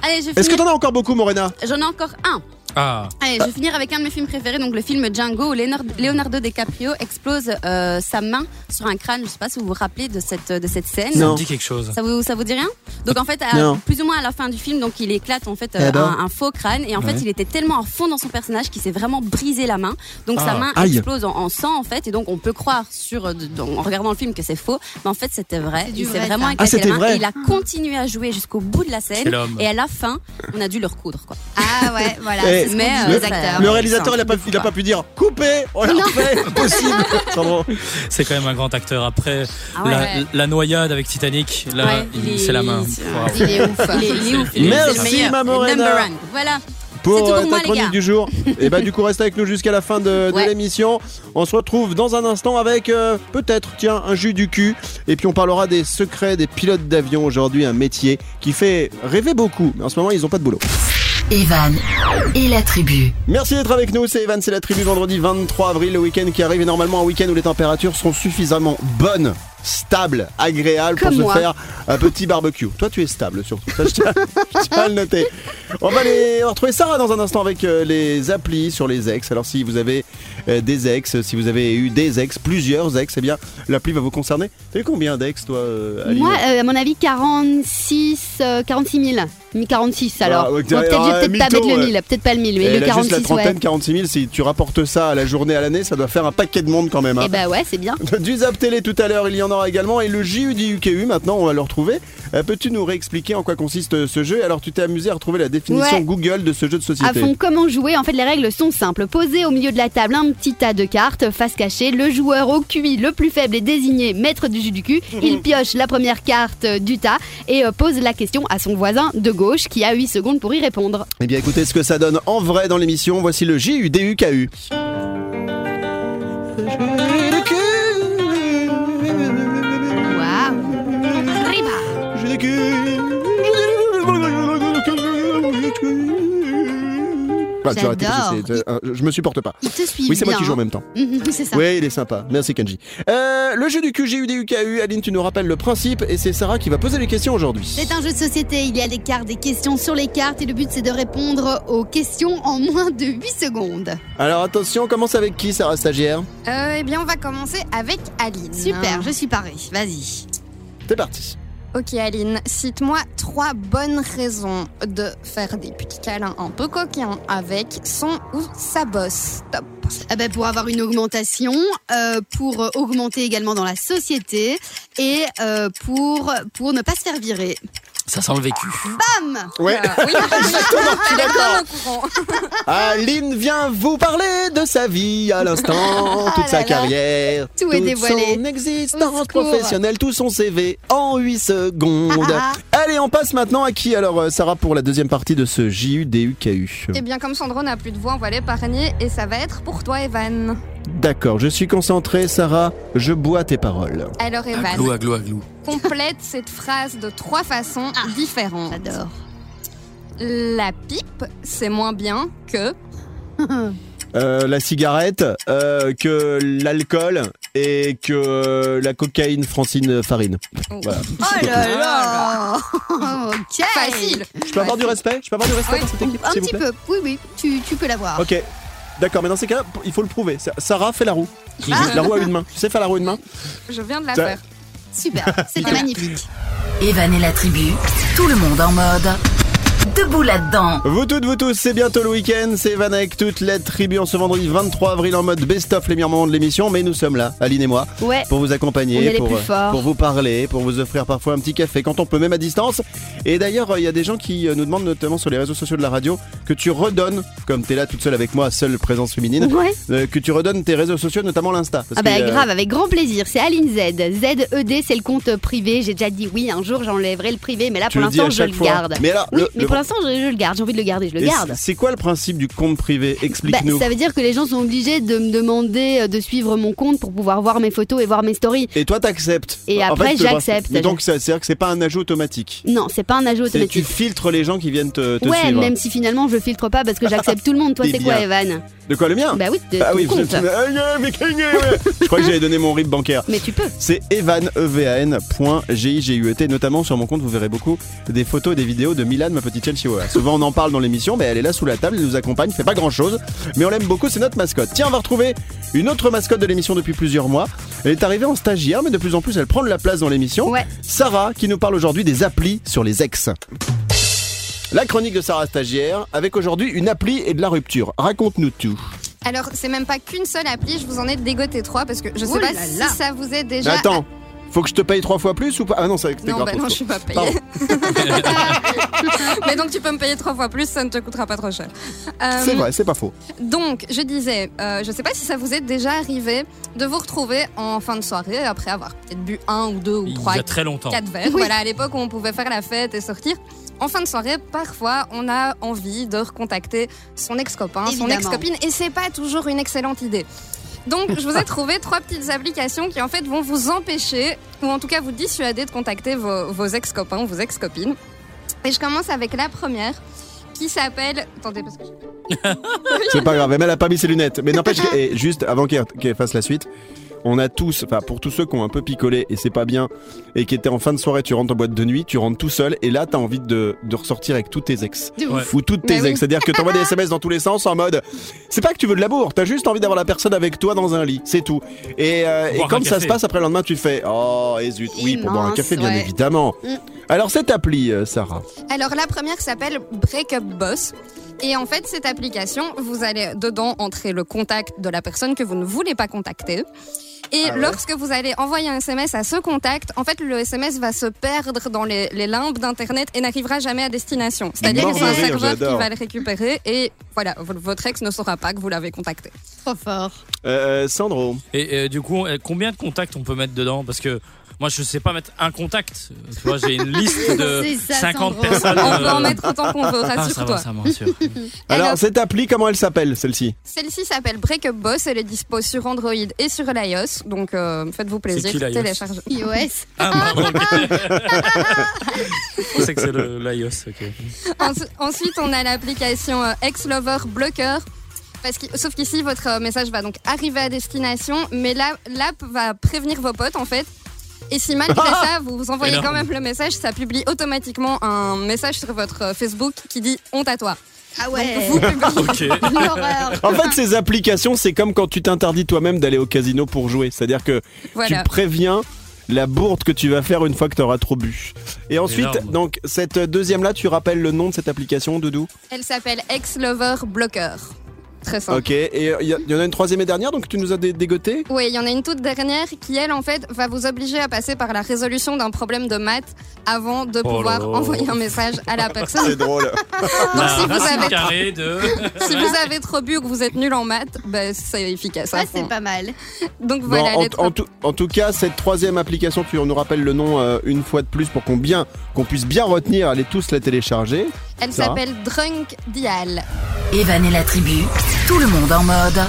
Speaker 9: Allez, je
Speaker 2: Est-ce que
Speaker 9: finis-
Speaker 2: t'en as encore beaucoup, Morena
Speaker 9: J'en ai encore un.
Speaker 7: Ah,
Speaker 9: Allez, je vais finir avec un de mes films préférés, donc le film Django, où Leonard- Leonardo DiCaprio explose euh, sa main sur un crâne. Je sais pas si vous vous rappelez de cette, de cette scène.
Speaker 7: ça
Speaker 2: Non.
Speaker 7: me dit quelque chose.
Speaker 9: Ça vous, ça vous dit rien Donc en fait, à-
Speaker 2: Non.
Speaker 9: plus ou moins à la fin du film, donc il éclate en fait euh,
Speaker 2: Eh ben.
Speaker 9: un, un faux crâne et en
Speaker 2: Ouais.
Speaker 9: fait il était tellement à fond dans son personnage qu'il s'est vraiment brisé la main. Donc
Speaker 7: Ah.
Speaker 9: sa main
Speaker 2: Aïe.
Speaker 9: explose en, en sang en fait et donc on peut croire sur euh, de- dans- en regardant le film que c'est faux, mais en fait c'était vrai.
Speaker 3: C'est du
Speaker 9: Il s'est
Speaker 3: vrai,
Speaker 9: vraiment
Speaker 3: ça.
Speaker 9: éclaté
Speaker 2: Ah, c'était
Speaker 9: la main
Speaker 2: vrai.
Speaker 9: et il a continué à jouer jusqu'au bout de la
Speaker 7: C'est
Speaker 9: scène
Speaker 7: l'homme.
Speaker 9: et à la fin on a dû le recoudre quoi.
Speaker 3: Ah ouais, voilà.
Speaker 2: Eh,
Speaker 3: c'est ce qu'on
Speaker 9: mais,
Speaker 3: dit
Speaker 9: euh,
Speaker 3: aux acteurs.
Speaker 2: Le
Speaker 9: Ah,
Speaker 2: réalisateur,
Speaker 9: c'est un
Speaker 2: il a pas,
Speaker 9: truc de
Speaker 2: il a
Speaker 9: fou, quoi.
Speaker 2: pas pu dire couper On l'a fait Impossible Sandro.
Speaker 7: C'est quand même un grand acteur. Après
Speaker 9: Ah ouais.
Speaker 7: la,
Speaker 6: Ouais.
Speaker 7: la noyade avec Titanic, là,
Speaker 9: Ouais,
Speaker 7: il-
Speaker 9: il est-
Speaker 7: c'est la main.
Speaker 9: il est-
Speaker 7: Waouh.
Speaker 3: Il est ouf.
Speaker 9: Il est, il est ouf, il est-
Speaker 2: Merci,
Speaker 9: c'est le meilleur.
Speaker 2: ma Morena.
Speaker 9: Number one. Voilà. C'est tout
Speaker 2: pour
Speaker 9: pour
Speaker 2: euh,
Speaker 9: moi,
Speaker 2: ta
Speaker 9: les
Speaker 2: chronique
Speaker 9: gars.
Speaker 2: du jour. Et bah du coup reste avec nous jusqu'à la fin de, de
Speaker 9: Ouais.
Speaker 2: l'émission. On se retrouve dans un instant avec euh, peut-être tiens un jus du cul. Et puis on parlera des secrets des pilotes d'avion aujourd'hui, un métier qui fait rêver beaucoup. Mais en ce moment ils ont pas de boulot.
Speaker 1: Evan et la tribu.
Speaker 2: Merci d'être avec nous, c'est Evan, c'est la tribu vendredi 23 avril, le week-end qui arrive et normalement un week-end où les températures seront suffisamment bonnes, stables, agréables
Speaker 3: Comme
Speaker 2: pour
Speaker 3: moi.
Speaker 2: se faire un petit barbecue. Toi tu es stable surtout, ça je tiens, <laughs> je tiens à le noter. On va aller retrouver Sarah dans un instant avec euh, les applis sur les ex. Alors si vous avez euh, des ex, si vous avez eu des ex, plusieurs ex, eh bien l'appli va vous concerner. T'as eu combien d'ex toi euh, Aline
Speaker 3: Moi, euh, à mon avis, 46, euh, 46 000. Mi- 46 alors.
Speaker 2: Ah, ouais,
Speaker 3: Bon, peut-être
Speaker 2: ah,
Speaker 3: j'ai peut-être pas
Speaker 2: mytho,
Speaker 3: mettre le
Speaker 2: ouais.
Speaker 3: 1000, peut-être pas le 1000,
Speaker 2: Et
Speaker 3: mais
Speaker 2: là,
Speaker 3: le
Speaker 2: juste la
Speaker 3: 46,
Speaker 2: trentaine,
Speaker 3: ouais.
Speaker 2: 46 000, si tu rapportes ça à la journée, à l'année, ça doit faire un paquet de monde quand même. hein.
Speaker 3: Et bah ouais, c'est bien.
Speaker 2: <laughs> Du Zap Télé tout à l'heure, il y en aura également. Et le JU du UKU, maintenant, on va le retrouver. Euh, Peux-tu nous réexpliquer en quoi consiste euh, ce jeu Alors, tu t'es amusé à retrouver la définition
Speaker 3: Ouais.
Speaker 2: Google de ce jeu de
Speaker 3: À
Speaker 2: société.
Speaker 3: fond, comment jouer En fait, les règles sont simples. Poser au milieu de la table un petit tas de cartes, face cachée. Le joueur au QI le plus faible est désigné maître du jus du cul. Il pioche la première carte euh, du tas et euh, pose la question à son voisin de gauche qui a 8 secondes pour y répondre.
Speaker 2: Eh bien, écoutez ce que ça donne en vrai dans l'émission. Voici le JU du UKU.
Speaker 3: Waouh
Speaker 2: Ah, tu as arrêté,
Speaker 3: J'adore.
Speaker 2: je sais, euh, je me supporte pas.
Speaker 3: Ils te suivent
Speaker 2: Oui, c'est moi
Speaker 3: bien,
Speaker 2: qui joue en
Speaker 3: hein.
Speaker 2: même temps.
Speaker 3: Mhm, <laughs> c'est ça.
Speaker 2: Oui, il est sympa. Merci Kenji. Euh, le jeu du QGUDUKU, Aline, tu nous rappelles le principe et c'est Sarah qui va poser les questions aujourd'hui.
Speaker 3: C'est un jeu de société, il y a des cartes, des questions sur les cartes et le but c'est de répondre aux questions en moins de 8 secondes.
Speaker 2: Alors attention, on commence avec qui, Sarah Stagiaire
Speaker 6: Euh, eh bien, on va commencer avec Aline.
Speaker 3: Super, je suis parée, vas-y.
Speaker 2: C'est parti.
Speaker 6: Ok, Aline, cite-moi trois bonnes raisons de faire des petits câlins un peu coquins avec son ou sa bosse. Top.
Speaker 2: Euh.
Speaker 3: Eh ben, pour avoir une augmentation, euh, pour euh, augmenter également dans la société et euh, pour, pour ne pas se faire virer.
Speaker 7: Ça sent le vécu.
Speaker 3: Bam
Speaker 2: Ouais,
Speaker 6: Euh, oui,
Speaker 2: exactement, je suis d'accord.
Speaker 6: au courant.
Speaker 2: <laughs> Aline vient vous parler de sa vie à l'instant, toute
Speaker 3: Ah
Speaker 2: sa
Speaker 3: là là.
Speaker 2: carrière,
Speaker 3: Tout est
Speaker 2: toute
Speaker 3: dévoilé.
Speaker 2: son
Speaker 3: Au
Speaker 2: existence
Speaker 3: secours.
Speaker 2: professionnelle, tout son CV en 8 secondes.
Speaker 3: Ah,
Speaker 2: Allez, on passe maintenant à qui alors, euh, Sarah, pour la deuxième partie de ce JUDUKU
Speaker 6: Eh bien, comme Sandro n'a plus de voix, on va l'épargner et ça va être pour toi, Evan.
Speaker 2: D'accord, je suis concentré, Sarah, je bois tes paroles.
Speaker 6: Alors,
Speaker 7: Aglou,
Speaker 6: Evan,
Speaker 7: aglou, aglou.
Speaker 6: complète cette phrase de trois façons différentes.
Speaker 3: J'adore.
Speaker 6: La pipe, c'est moins bien que.
Speaker 2: Euh, la cigarette, euh, que l'alcool et que euh, la cocaïne Francine Farine. Voilà.
Speaker 3: Oh là là <laughs> Ok
Speaker 6: Facile
Speaker 2: Je peux avoir du respect Je peux avoir du respect
Speaker 6: Oui.
Speaker 2: pour cette équipe,
Speaker 3: Un
Speaker 2: s'il vous
Speaker 3: petit
Speaker 2: plaît
Speaker 3: peu, oui, oui, tu, tu peux l'avoir.
Speaker 2: Ok. D'accord, mais dans ces cas-là, il faut le prouver. Sa- Sarah fait la roue.
Speaker 3: Ah.
Speaker 2: La roue à une main. Tu sais faire la roue à une main
Speaker 6: Je viens de la
Speaker 2: Ça-
Speaker 6: faire.
Speaker 3: Super, <laughs> c'était magnifique.
Speaker 1: Evan et la tribu, tout le monde en mode. Debout là-dedans.
Speaker 2: Vous toutes, vous tous, c'est bientôt le week-end. C'est Evan avec toute la tribu en ce vendredi 23 avril en mode best-of les meilleurs moments de l'émission. Mais nous sommes là, Aline et moi,
Speaker 3: Ouais.
Speaker 2: pour vous accompagner,
Speaker 3: On est les
Speaker 2: pour,
Speaker 3: plus
Speaker 2: euh,
Speaker 3: forts.
Speaker 2: pour vous parler, pour vous offrir parfois un petit café quand on peut, même à distance. Et d'ailleurs, euh, il y a des gens qui euh, nous demandent, notamment sur les réseaux sociaux de la radio, que tu redonnes, comme t'es là toute seule avec moi, seule présence féminine,
Speaker 3: Ouais.
Speaker 2: euh, que tu redonnes tes réseaux sociaux, notamment l'Insta. Parce
Speaker 3: Ah bah
Speaker 2: que, euh,
Speaker 3: grave, avec grand plaisir. C'est Aline Z. ZED, c'est le compte privé. J'ai déjà dit oui, un jour j'enlèverai le privé, mais là
Speaker 2: Tu
Speaker 3: pour
Speaker 2: le dis à
Speaker 3: l'instant je
Speaker 2: chaque
Speaker 3: le
Speaker 2: fois.
Speaker 3: garde.
Speaker 2: Mais alors,
Speaker 3: oui,
Speaker 2: le-
Speaker 3: mais
Speaker 2: le-
Speaker 3: pour l'instant je, je le garde. J'ai envie de le garder, je le
Speaker 2: et
Speaker 3: garde.
Speaker 2: c'est- C'est quoi le principe du compte privé
Speaker 3: Bah,
Speaker 2: Explique-nous.
Speaker 3: ça veut dire que les gens sont obligés de me demander euh, de suivre mon compte pour pouvoir voir mes photos et voir mes stories.
Speaker 2: Et toi, t'acceptes.
Speaker 3: Et
Speaker 2: En
Speaker 3: après,
Speaker 2: fait, le principe-
Speaker 3: j'accepte.
Speaker 2: Mais donc, ça- c'est-à-dire que c'est pas un ajout automatique.
Speaker 3: Non, c'est pas un ajout
Speaker 2: C'est tu
Speaker 3: automatique.
Speaker 2: filtres les gens qui viennent te, te
Speaker 3: ouais,
Speaker 2: suivre.
Speaker 3: même si finalement je filtre pas parce que j'accepte tout le monde. Toi,
Speaker 2: T'es
Speaker 3: c'est quoi,
Speaker 2: bien.
Speaker 3: Evan
Speaker 2: De quoi le mien
Speaker 3: Bah oui, de
Speaker 2: Ah
Speaker 3: ton
Speaker 2: oui, vous êtes-
Speaker 3: compte.
Speaker 2: Ah, yeah, mais que- yeah, ouais. Je crois que j'avais donné mon RIB bancaire.
Speaker 3: Mais tu peux.
Speaker 2: C'est evan, E E-V-A-N, point, G-I-G-U-E-T. E Notamment sur mon compte, vous verrez beaucoup des photos et des vidéos de Milan, ma petite Chihuahua. Souvent, on en parle dans l'émission, mais elle est là sous la table, elle nous accompagne, fait pas grand chose. Mais on l'aime beaucoup, c'est notre mascotte. Tiens, on va retrouver une autre mascotte de l'émission depuis plusieurs mois. Elle est arrivée en stagiaire, mais de plus en plus, elle prend de la place dans l'émission.
Speaker 3: Ouais.
Speaker 2: Sarah, qui nous parle aujourd'hui des applis sur les ex. La chronique de Sarah Stagiaire, avec aujourd'hui une appli et de la rupture. Raconte-nous tout.
Speaker 6: Alors, c'est même pas qu'une seule appli, je vous en ai dégoté trois parce que je sais
Speaker 3: Ouh
Speaker 6: pas
Speaker 3: là
Speaker 6: si
Speaker 3: là.
Speaker 6: ça vous est
Speaker 2: Mais
Speaker 6: déjà.
Speaker 2: Attends, faut que je te paye trois fois plus ou pas Ah non, c'est c'était
Speaker 6: Non, bah
Speaker 2: gratos,
Speaker 6: non,
Speaker 2: quoi.
Speaker 6: je suis pas payée.
Speaker 2: Pardon.
Speaker 7: <laughs>
Speaker 6: Mais donc, tu peux me payer trois fois plus, ça ne te coûtera pas trop cher. Euh,
Speaker 2: C'est vrai, c'est pas faux.
Speaker 6: Donc, je disais, euh, je sais pas si ça vous est déjà arrivé de vous retrouver en fin de soirée après avoir peut-être bu un ou deux ou
Speaker 7: Il
Speaker 6: trois,
Speaker 7: y a très longtemps.
Speaker 6: quatre verres. Voilà, à l'époque où on pouvait faire la fête et sortir. En fin de soirée, parfois, on a envie de recontacter son ex-copain, son
Speaker 3: Évidemment.
Speaker 6: ex-copine, et c'est pas toujours une excellente idée. Donc, je vous ai trouvé trois petites applications qui, en fait, vont vous empêcher, ou en tout cas vous dissuader de contacter vos, vos ex-copains ou vos ex-copines. Et je commence avec la première, qui s'appelle... Attendez, parce que...
Speaker 2: C'est pas grave, mais elle a pas mis ses lunettes. Mais n'empêche, que- et juste avant qu'elle qu'elle fasse la suite, on a tous, enfin pour tous ceux qui ont un peu picolé et c'est pas bien, et qui étaient en fin de soirée, tu rentres en boîte de nuit, tu rentres tout seul, et là t'as envie de, de ressortir avec tous tes ex.
Speaker 3: De ouf.
Speaker 2: Ou toutes tes
Speaker 6: Bah oui.
Speaker 2: ex, c'est-à-dire que
Speaker 3: <laughs>
Speaker 2: t'envoies des SMS dans tous les sens en mode, c'est pas que tu veux de l'amour, t'as juste envie d'avoir la personne avec toi dans un lit, c'est tout. Et, euh, et
Speaker 7: boire un
Speaker 2: comme ça
Speaker 7: café.
Speaker 2: se passe après le lendemain, tu fais, oh et zut, oui, pour boire un
Speaker 3: Immense,
Speaker 2: café bien
Speaker 3: ouais.
Speaker 2: évidemment.
Speaker 3: Mm.
Speaker 2: Alors cette appli, euh, Sarah.
Speaker 6: Alors la première s'appelle Breakup Boss. Et en fait, cette application, vous allez dedans entrer le contact de la personne que vous ne voulez pas contacter. Et
Speaker 2: Ah
Speaker 6: lorsque vous allez envoyer un SMS à ce contact, en fait, le SMS va se perdre dans les, les limbes d'Internet et n'arrivira jamais à destination. C'est-à-dire
Speaker 2: Mort
Speaker 6: que c'est un
Speaker 2: de rire,
Speaker 6: serveur qui
Speaker 2: j'adore.
Speaker 6: va le récupérer et voilà, v- votre ex ne saura pas que vous l'avez contacté.
Speaker 3: Trop fort.
Speaker 2: Euh, Sandro.
Speaker 7: Et euh, du coup, euh, combien de contacts on peut mettre dedans Parce que Moi, je sais pas mettre un contact. Euh, Tu vois, j'ai une liste de
Speaker 3: C'est ça,
Speaker 7: 50
Speaker 3: Sandro.
Speaker 2: Ah
Speaker 7: personnes.
Speaker 6: On peut
Speaker 7: euh,
Speaker 6: en mettre autant qu'on veut,
Speaker 7: Ah, ça va,
Speaker 6: rassure-toi.
Speaker 7: ça me rassure.
Speaker 2: Alors,
Speaker 6: Alors-
Speaker 2: cette appli, comment elle s'appelle celle-ci
Speaker 6: Celle-ci s'appelle Break Up Boss, elle est dispo sur Android et sur l'iOS, donc euh, faites-vous plaisir,
Speaker 7: qui, l'iOS?
Speaker 6: téléchargez.
Speaker 3: iOS.
Speaker 7: Ah, pardon. Je pensais que c'est le- l'iOS. ok.
Speaker 6: Ensu- Ensuite, on a l'application euh, Ex-Lover Blocker. Parce que, sauf qu'ici, votre euh, message va donc arriver à destination, mais là, l'app va prévenir vos potes en fait. Et si
Speaker 7: <laughs>
Speaker 6: malgré ça, vous vous envoyez
Speaker 7: Énorme.
Speaker 6: quand même le message, ça publie automatiquement un message sur votre euh, Facebook qui dit honte à toi.
Speaker 3: Ah
Speaker 6: Donc
Speaker 3: ouais. <laughs>
Speaker 6: vous publiez.
Speaker 7: Ok.
Speaker 3: L'horreur.
Speaker 2: En fait, ces applications, c'est comme quand tu t'interdis toi-même d'aller au casino pour jouer. C'est-à-dire que
Speaker 6: Voilà.
Speaker 2: tu préviens la bourde que tu vas faire une fois que tu auras trop bu. Et ensuite,
Speaker 7: Énorme.
Speaker 2: donc, cette deuxième-là, tu rappelles le nom de cette application, Doudou
Speaker 6: Elle s'appelle Ex-Lover Blocker. Très simple.
Speaker 2: Ok, et il y, a- il y en a une troisième et dernière, donc tu nous as dé- dégoté
Speaker 6: Oui, il y en a une toute dernière qui, elle, en fait, va vous obliger à passer par la résolution d'un problème de maths avant de
Speaker 7: Oh là
Speaker 6: pouvoir
Speaker 7: là.
Speaker 6: envoyer un message à
Speaker 7: <laughs>
Speaker 6: la personne.
Speaker 2: drôle.
Speaker 6: Donc,
Speaker 7: La
Speaker 6: si vous
Speaker 7: racine
Speaker 6: avez-
Speaker 7: carrée de.
Speaker 6: si vous avez trop bu ou que vous êtes nul en maths, bah, c'est efficace. à
Speaker 3: Ça, c'est
Speaker 6: fond.
Speaker 3: pas mal.
Speaker 6: Donc
Speaker 2: Bon,
Speaker 6: <laughs> voilà,
Speaker 2: en,
Speaker 6: lettre-
Speaker 2: en tout, en tout cas, cette troisième application, tu nous rappelles le nom euh, une fois de plus pour qu'on bien- qu'on puisse bien retenir, allez tous la télécharger.
Speaker 6: elle
Speaker 2: Sarah
Speaker 6: s'appelle Drunk Dial.
Speaker 1: Evan et la tribu, tout le monde en mode.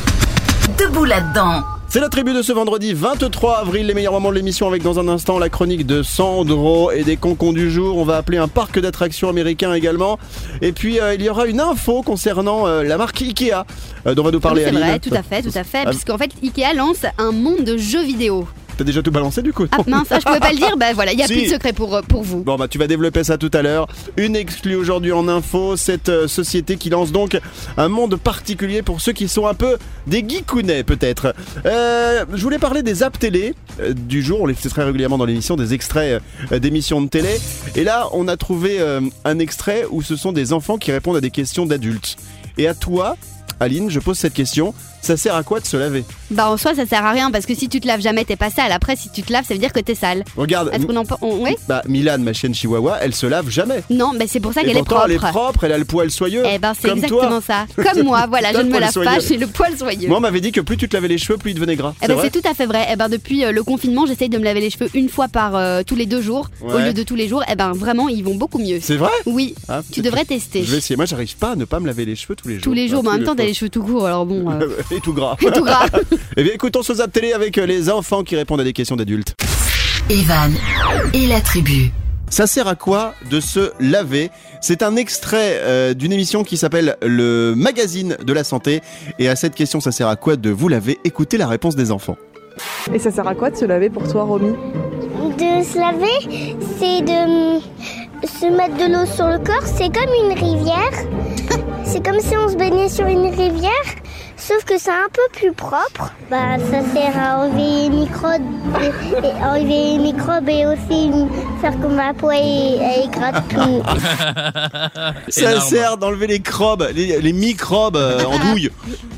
Speaker 1: Debout là-dedans.
Speaker 2: C'est la tribu de ce vendredi 23 avril, les meilleurs moments de l'émission avec dans un instant la chronique de Sandro et des concons du jour. On va appeler un parc d'attractions américain également. Et puis euh, il y aura une info concernant euh, la marque Ikea euh, dont va nous parler
Speaker 3: Oui, c'est
Speaker 2: Aline.
Speaker 3: vrai, tout à fait, tout à fait.
Speaker 2: Ah.
Speaker 3: Puisqu'en fait, Ikea lance un monde de jeux vidéo.
Speaker 2: T'as déjà tout balancé du coup <laughs>
Speaker 3: Ah mince, ah, je pouvais pas le dire. Bah voilà, il y a
Speaker 2: Si.
Speaker 3: plus de secret pour, euh, pour vous.
Speaker 2: Bon bah tu vas développer ça tout à l'heure. Une exclue aujourd'hui en info, cette euh, société qui lance donc un monde particulier pour ceux qui sont un peu des geekounets peut-être. Euh, je voulais parler des apps télé euh, du jour, on les fait très régulièrement dans l'émission, des extraits euh, d'émissions de télé. Et là on a trouvé euh, un extrait où ce sont des enfants qui répondent à des questions d'adultes. Et à toi, Aline, je pose cette question, ça sert à quoi de se laver
Speaker 3: Bah en soi, ça sert à rien parce que si tu te laves jamais, t'es pas sale. Après, si tu te laves, ça veut dire que t'es sale.
Speaker 2: Regarde,
Speaker 3: Est-ce qu'on en pe- on- ouais
Speaker 2: bah, Milan, ma chienne chihuahua, elle se lave jamais.
Speaker 3: Non, mais c'est pour ça
Speaker 2: Et
Speaker 3: qu'elle est
Speaker 2: pourtant
Speaker 3: propre.
Speaker 2: elle est propre, elle a le poil soyeux.
Speaker 3: Eh ben, c'est
Speaker 2: comme toi. <laughs>
Speaker 3: exactement ça. Comme moi, voilà,
Speaker 2: T'as le
Speaker 3: je ne me
Speaker 2: poil
Speaker 3: lave
Speaker 2: soyeux.
Speaker 3: pas, j'ai le poil soyeux.
Speaker 2: Moi, on m'avait dit que plus tu te lavais les cheveux, plus ils devenaient gras.
Speaker 3: Eh
Speaker 2: C'est
Speaker 3: ben,
Speaker 2: vrai
Speaker 3: c'est tout à fait vrai. Eh ben, depuis euh, le confinement, j'essaye de me laver les cheveux une fois par euh, tous les deux jours au
Speaker 2: Ouais.
Speaker 3: lieu de tous les jours. Eh ben, vraiment, ils vont beaucoup mieux.
Speaker 2: C'est vrai
Speaker 3: Oui,
Speaker 2: Ah,
Speaker 3: tu
Speaker 2: peut-être
Speaker 3: devrais
Speaker 2: que
Speaker 3: tester.
Speaker 2: Je vais essayer. Moi, j'arrive pas à ne pas me laver les cheveux tous les jours.
Speaker 3: Tous les jours,
Speaker 2: Ah,
Speaker 3: mais en même temps, t'as
Speaker 2: jours. <laughs>
Speaker 3: les cheveux tout courts, alors bon. euh,
Speaker 2: Et tout
Speaker 3: <laughs>
Speaker 2: gras.
Speaker 3: Et tout grave.
Speaker 2: Eh bien, écoutons ce zap télé avec euh, les enfants qui répondent à des questions d'adultes.
Speaker 1: Evan et la tribu.
Speaker 2: Ça sert à quoi de se laver C'est un extrait euh, d'une émission qui s'appelle Le Magazine de la Santé. Et à cette question, ça sert à quoi de vous laver Écoutez la réponse des enfants.
Speaker 8: Et ça sert à quoi de se laver pour toi, Romy
Speaker 10: De se laver, c'est de hum, se mettre de l'eau sur le corps. C'est comme une rivière. C'est comme si on se baignait sur une rivière, sauf que c'est un peu plus propre. Bah, ça sert à enlever les microbes, et, et enlever les microbes et aussi hum, faire comme ma peau elle, elle gratte
Speaker 11: <laughs>
Speaker 10: plus.
Speaker 2: Ça
Speaker 7: Énorme.
Speaker 2: sert d'enlever les crobes, les, les microbes euh, en douille.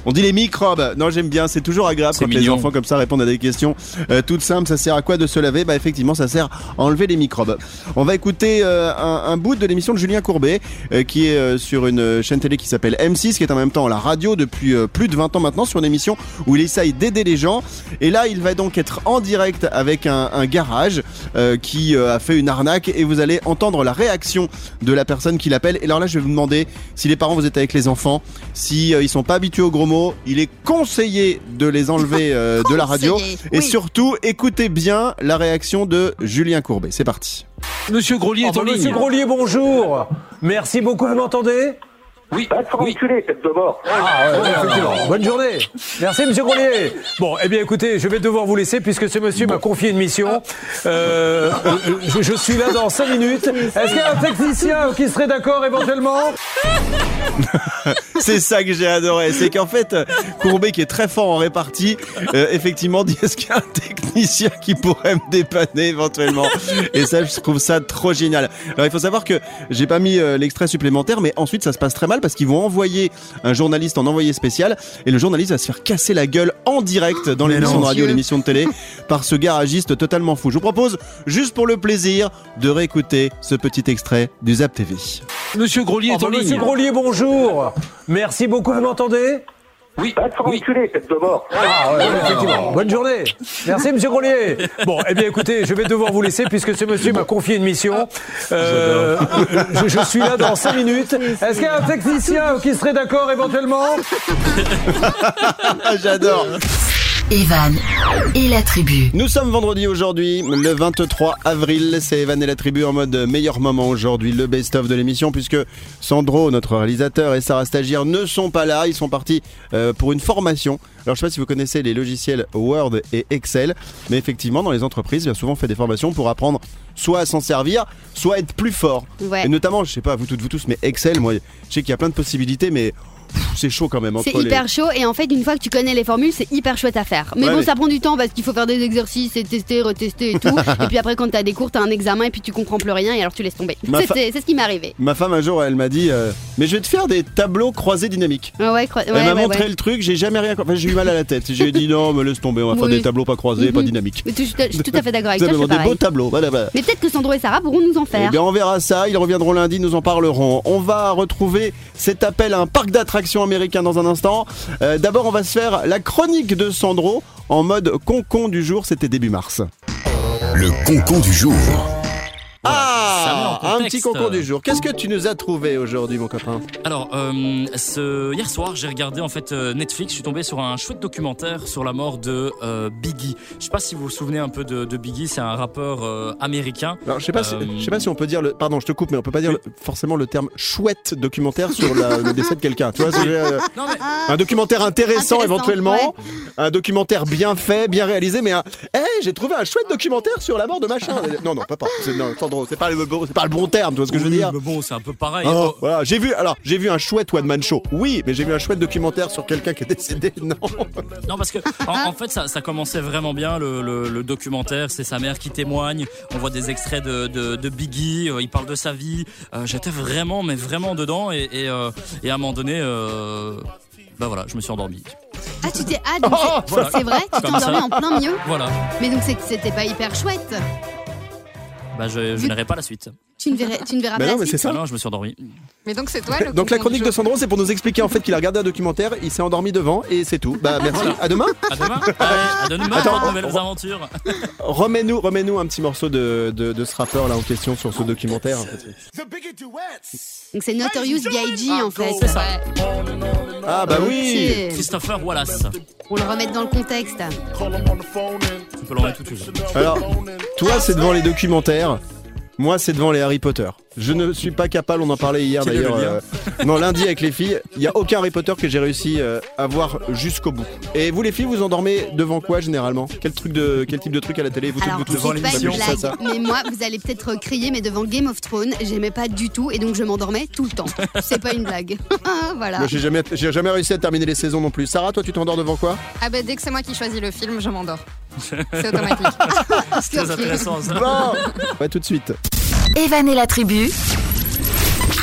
Speaker 2: On dit les microbes. Non, j'aime bien. C'est toujours agréable
Speaker 7: C'est
Speaker 2: quand les
Speaker 7: mignon.
Speaker 2: enfants comme ça répondent à des questions euh, toutes simples. Ça sert à quoi de se laver Bah effectivement, ça sert à enlever les microbes. On va écouter euh, un, un bout de l'émission de Julien Courbet, euh, qui est euh, sur une chaîne télé qui s'appelle M6, qui est en même temps la radio depuis euh, plus de 20 ans maintenant, sur une émission où il essaye d'aider les gens. Et là, il va donc être en direct avec un, un garage euh, qui euh, a fait une arnaque et vous allez entendre la réaction de la personne qui l'appelle. Et alors là, je vais vous demander si les parents, vous êtes avec les enfants, si euh, ils sont pas habitués aux gros mots, il est conseillé de les enlever euh, de la radio.
Speaker 6: Conseillé,
Speaker 2: Et
Speaker 6: oui.
Speaker 2: surtout, écoutez bien la réaction de Julien Courbet. C'est parti.
Speaker 11: Monsieur Grolier est en ligne.
Speaker 5: Monsieur Grolier, bonjour. Merci beaucoup, vous m'entendez
Speaker 11: Oui,
Speaker 5: Va te faire
Speaker 11: oui.
Speaker 5: enculer, tête de mort.
Speaker 11: Ah, ouais, effectivement. Bonne journée. Merci, monsieur Grolier. Bon, eh bien, écoutez, je vais devoir vous laisser puisque ce monsieur m'a confié une mission. Euh, euh, je, je suis là dans 5 minutes. Est-ce qu'il y a un technicien qui serait d'accord éventuellement
Speaker 2: <laughs> C'est ça que j'ai adoré. C'est qu'en fait, euh, Courbet, qui est très fort en répartie, euh, effectivement, dit est-ce qu'il y a un technicien qui pourrait me dépanner éventuellement Et ça, je trouve ça trop génial. Alors, il faut savoir que j'ai pas mis euh, l'extrait supplémentaire, mais ensuite, ça se passe très mal parce qu'ils vont envoyer un journaliste en envoyé spécial et le journaliste va se faire casser la gueule en direct dans l'émission de radio, l'émission de télé, par ce garagiste totalement fou. Je vous propose, juste pour le plaisir, de réécouter ce petit extrait du Zap TV.
Speaker 11: Monsieur Grolier
Speaker 5: est en
Speaker 11: Monsieur
Speaker 5: ligne.
Speaker 11: Grolier, bonjour. Merci beaucoup, vous m'entendez
Speaker 5: Oui. Va te faire enculer, tête de mort.
Speaker 11: Ah, ouais, effectivement. Bonne journée. Merci, monsieur Grolier. Bon, eh bien, écoutez, je vais devoir vous laisser puisque ce monsieur m'a confié une mission. Euh, je, je suis là dans 5 minutes. Est-ce qu'il y a un technicien qui serait d'accord éventuellement
Speaker 2: J'adore.
Speaker 1: Evan et la tribu.
Speaker 2: Nous sommes vendredi aujourd'hui, le 23 avril. C'est Evan et la tribu en mode meilleur moment aujourd'hui, le best-of de l'émission, puisque Sandro, notre réalisateur, et Sarah Stagiaire ne sont pas là. Ils sont partis euh, pour une formation. Alors, je sais pas si vous connaissez les logiciels Word et Excel, mais effectivement, dans les entreprises, bien souvent, on fait des formations pour apprendre soit à s'en servir, soit à être plus fort.
Speaker 3: Ouais.
Speaker 2: Et notamment, je sais pas, vous toutes, vous tous, mais Excel, moi, je sais qu'il y a plein de possibilités, mais pff, c'est chaud quand même.
Speaker 3: C'est
Speaker 2: entre les-
Speaker 3: hyper chaud et en fait une fois que tu connais les formules c'est hyper chouette à faire. Mais
Speaker 2: Ouais,
Speaker 3: bon
Speaker 2: mais-
Speaker 3: ça prend du temps parce qu'il faut faire des exercices et tester, retester
Speaker 2: <laughs>
Speaker 3: et tout. et puis après quand t'as des cours t'as un examen et puis tu comprends plus rien et alors tu laisses tomber.
Speaker 2: Ma
Speaker 3: C'est
Speaker 2: fa-
Speaker 3: c'est- c'est ce qui m'est arrivé.
Speaker 2: Ma femme un jour elle m'a dit euh, mais je vais te faire des tableaux croisés dynamiques.
Speaker 3: Ah Ouais, ouais, cro- ouais,
Speaker 2: elle m'a
Speaker 3: ouais,
Speaker 2: montré
Speaker 3: ouais.
Speaker 2: le truc, j'ai jamais rien. compris. Enfin, j'ai eu mal à la tête. J'ai dit non, mais laisse tomber, on va faire
Speaker 3: Oui.
Speaker 2: des tableaux pas croisés, pas
Speaker 3: Mhm.
Speaker 2: dynamiques.
Speaker 3: Mais tout- je suis- je suis tout à fait d'accord avec
Speaker 2: Ça
Speaker 3: toi.
Speaker 2: demande
Speaker 3: c'est
Speaker 2: des
Speaker 3: pareil.
Speaker 2: beaux tableaux. Voilà, voilà.
Speaker 3: Mais peut-être que Sandro et Sarah pourront nous en
Speaker 2: Eh
Speaker 3: faire.
Speaker 2: bien, on verra ça. Ils reviendront lundi, nous en parlerons. On va retrouver cet appel à un parc d'attractions américain dans un instant. Euh, D'abord, on va se faire la chronique de Sandro en mode concon du jour. C'était début mars.
Speaker 12: Le concon du jour.
Speaker 2: Ah,
Speaker 7: met en
Speaker 2: un
Speaker 7: contexte.
Speaker 2: petit concon du jour. Qu'est-ce que tu nous as trouvé aujourd'hui, mon copain
Speaker 7: Alors, euh, ce... hier soir, j'ai regardé en fait euh, Netflix. Je suis tombé sur un chouette documentaire sur la mort de euh, Biggie. Je sais pas si vous vous souvenez un peu de, de Biggie. C'est un rappeur euh, américain.
Speaker 2: Alors, je sais pas, si-
Speaker 7: Euh,
Speaker 2: je sais pas si on peut dire le. Pardon, je te coupe, mais on peut pas dire le- forcément le terme chouette documentaire sur la- le décès de quelqu'un. Tu vois, c'est, euh,
Speaker 7: Non, mais-
Speaker 2: un documentaire intéressant,
Speaker 7: Intéressant,
Speaker 2: éventuellement,
Speaker 7: ouais.
Speaker 2: un documentaire bien fait, bien réalisé, mais un. Eh, j'ai trouvé un chouette documentaire sur la mort de machin. non, non, pas pas. C'est, non, Sandro, c'est pas le bon, c'est pas le bon terme. Tu vois ce que je veux
Speaker 7: oui,
Speaker 2: dire
Speaker 7: mais bon, c'est un peu pareil.
Speaker 2: Oh, voilà, j'ai vu. Alors, j'ai vu un chouette one man show. Oui, mais j'ai vu un chouette documentaire sur quelqu'un qui est décédé. <laughs> Non.
Speaker 7: Non, parce que en, en fait, ça, ça commençait vraiment bien le, le- le documentaire. C'est sa mère qui témoigne. On voit des extraits de, de- de Biggie. euh, il parle de sa vie. Euh, J'étais vraiment, mais vraiment dedans. Et, et, euh, et à un moment donné, euh, bah voilà, je me suis endormi.
Speaker 3: Ah tu t'es ah, donc
Speaker 2: Oh,
Speaker 3: <laughs> c'est-
Speaker 7: Voilà.
Speaker 3: c'est vrai tu t'es
Speaker 7: Comme ça.
Speaker 3: endormi en plein milieu.
Speaker 7: Voilà.
Speaker 3: Mais donc c'est que c'était pas hyper chouette.
Speaker 7: Bah, je, je n'irai pas la suite.
Speaker 3: Tu ne verrais- tu ne verras
Speaker 2: Mais
Speaker 3: pas.
Speaker 2: non,
Speaker 3: la
Speaker 2: mais
Speaker 3: suite.
Speaker 2: c'est ça.
Speaker 7: Ah non, je me
Speaker 2: <laughs>
Speaker 7: suis endormi.
Speaker 6: Mais donc c'est toi le
Speaker 2: Donc la
Speaker 6: concon du
Speaker 2: chronique de Sandro, c'est pour nous expliquer en fait qu'il a regardé un documentaire, il s'est endormi devant et c'est tout. Bah merci.
Speaker 7: Voilà.
Speaker 2: À demain.
Speaker 7: À demain. Allez, à demain
Speaker 2: Attends,
Speaker 7: pour de
Speaker 2: on-
Speaker 7: nouvelles
Speaker 2: on-
Speaker 7: aventures.
Speaker 2: Remets-nous, remets-nous un petit morceau de, de, de ce rappeur là en question sur ce documentaire.
Speaker 3: Donc c'est Notorious B.I.G. en fait.
Speaker 7: C'est ça.
Speaker 2: Ah bah oui.
Speaker 3: Ok.
Speaker 7: Christopher Wallace.
Speaker 3: On le remettre dans le contexte.
Speaker 7: Tu peux l'enlever tout de suite.
Speaker 2: Alors, toi c'est devant les documentaires, moi c'est devant les Harry Potter. Je ne suis pas capable, on en parlait hier
Speaker 7: Quel est le
Speaker 2: d'ailleurs.
Speaker 7: lien
Speaker 2: euh, non, lundi avec les filles, il n'y a aucun Harry Potter que j'ai réussi euh, à voir jusqu'au bout. Et vous les filles, vous endormez devant quoi généralement Quel truc de, quel type de truc à la télé Vous toutes,
Speaker 3: Alors,
Speaker 2: vous toutes,
Speaker 3: c'est pas
Speaker 2: ça,
Speaker 3: une
Speaker 2: ça,
Speaker 3: blague,
Speaker 2: ça.
Speaker 3: mais moi, vous allez peut-être crier, mais devant Game of Thrones, j'aimais pas du tout, et donc je m'endormais tout le temps. C'est pas une blague. <laughs> voilà.
Speaker 2: Moi, j'ai jamais, j'ai jamais réussi à terminer les saisons non plus. Sarah, toi, tu t'endors devant quoi
Speaker 6: jour. Ah ben dès que c'est moi qui choisis le film, je m'endors.
Speaker 2: <laughs>
Speaker 6: C'est automatique.
Speaker 7: C'est très intéressant ça.
Speaker 2: Bon, ouais, tout de suite.
Speaker 1: Evan et la tribu.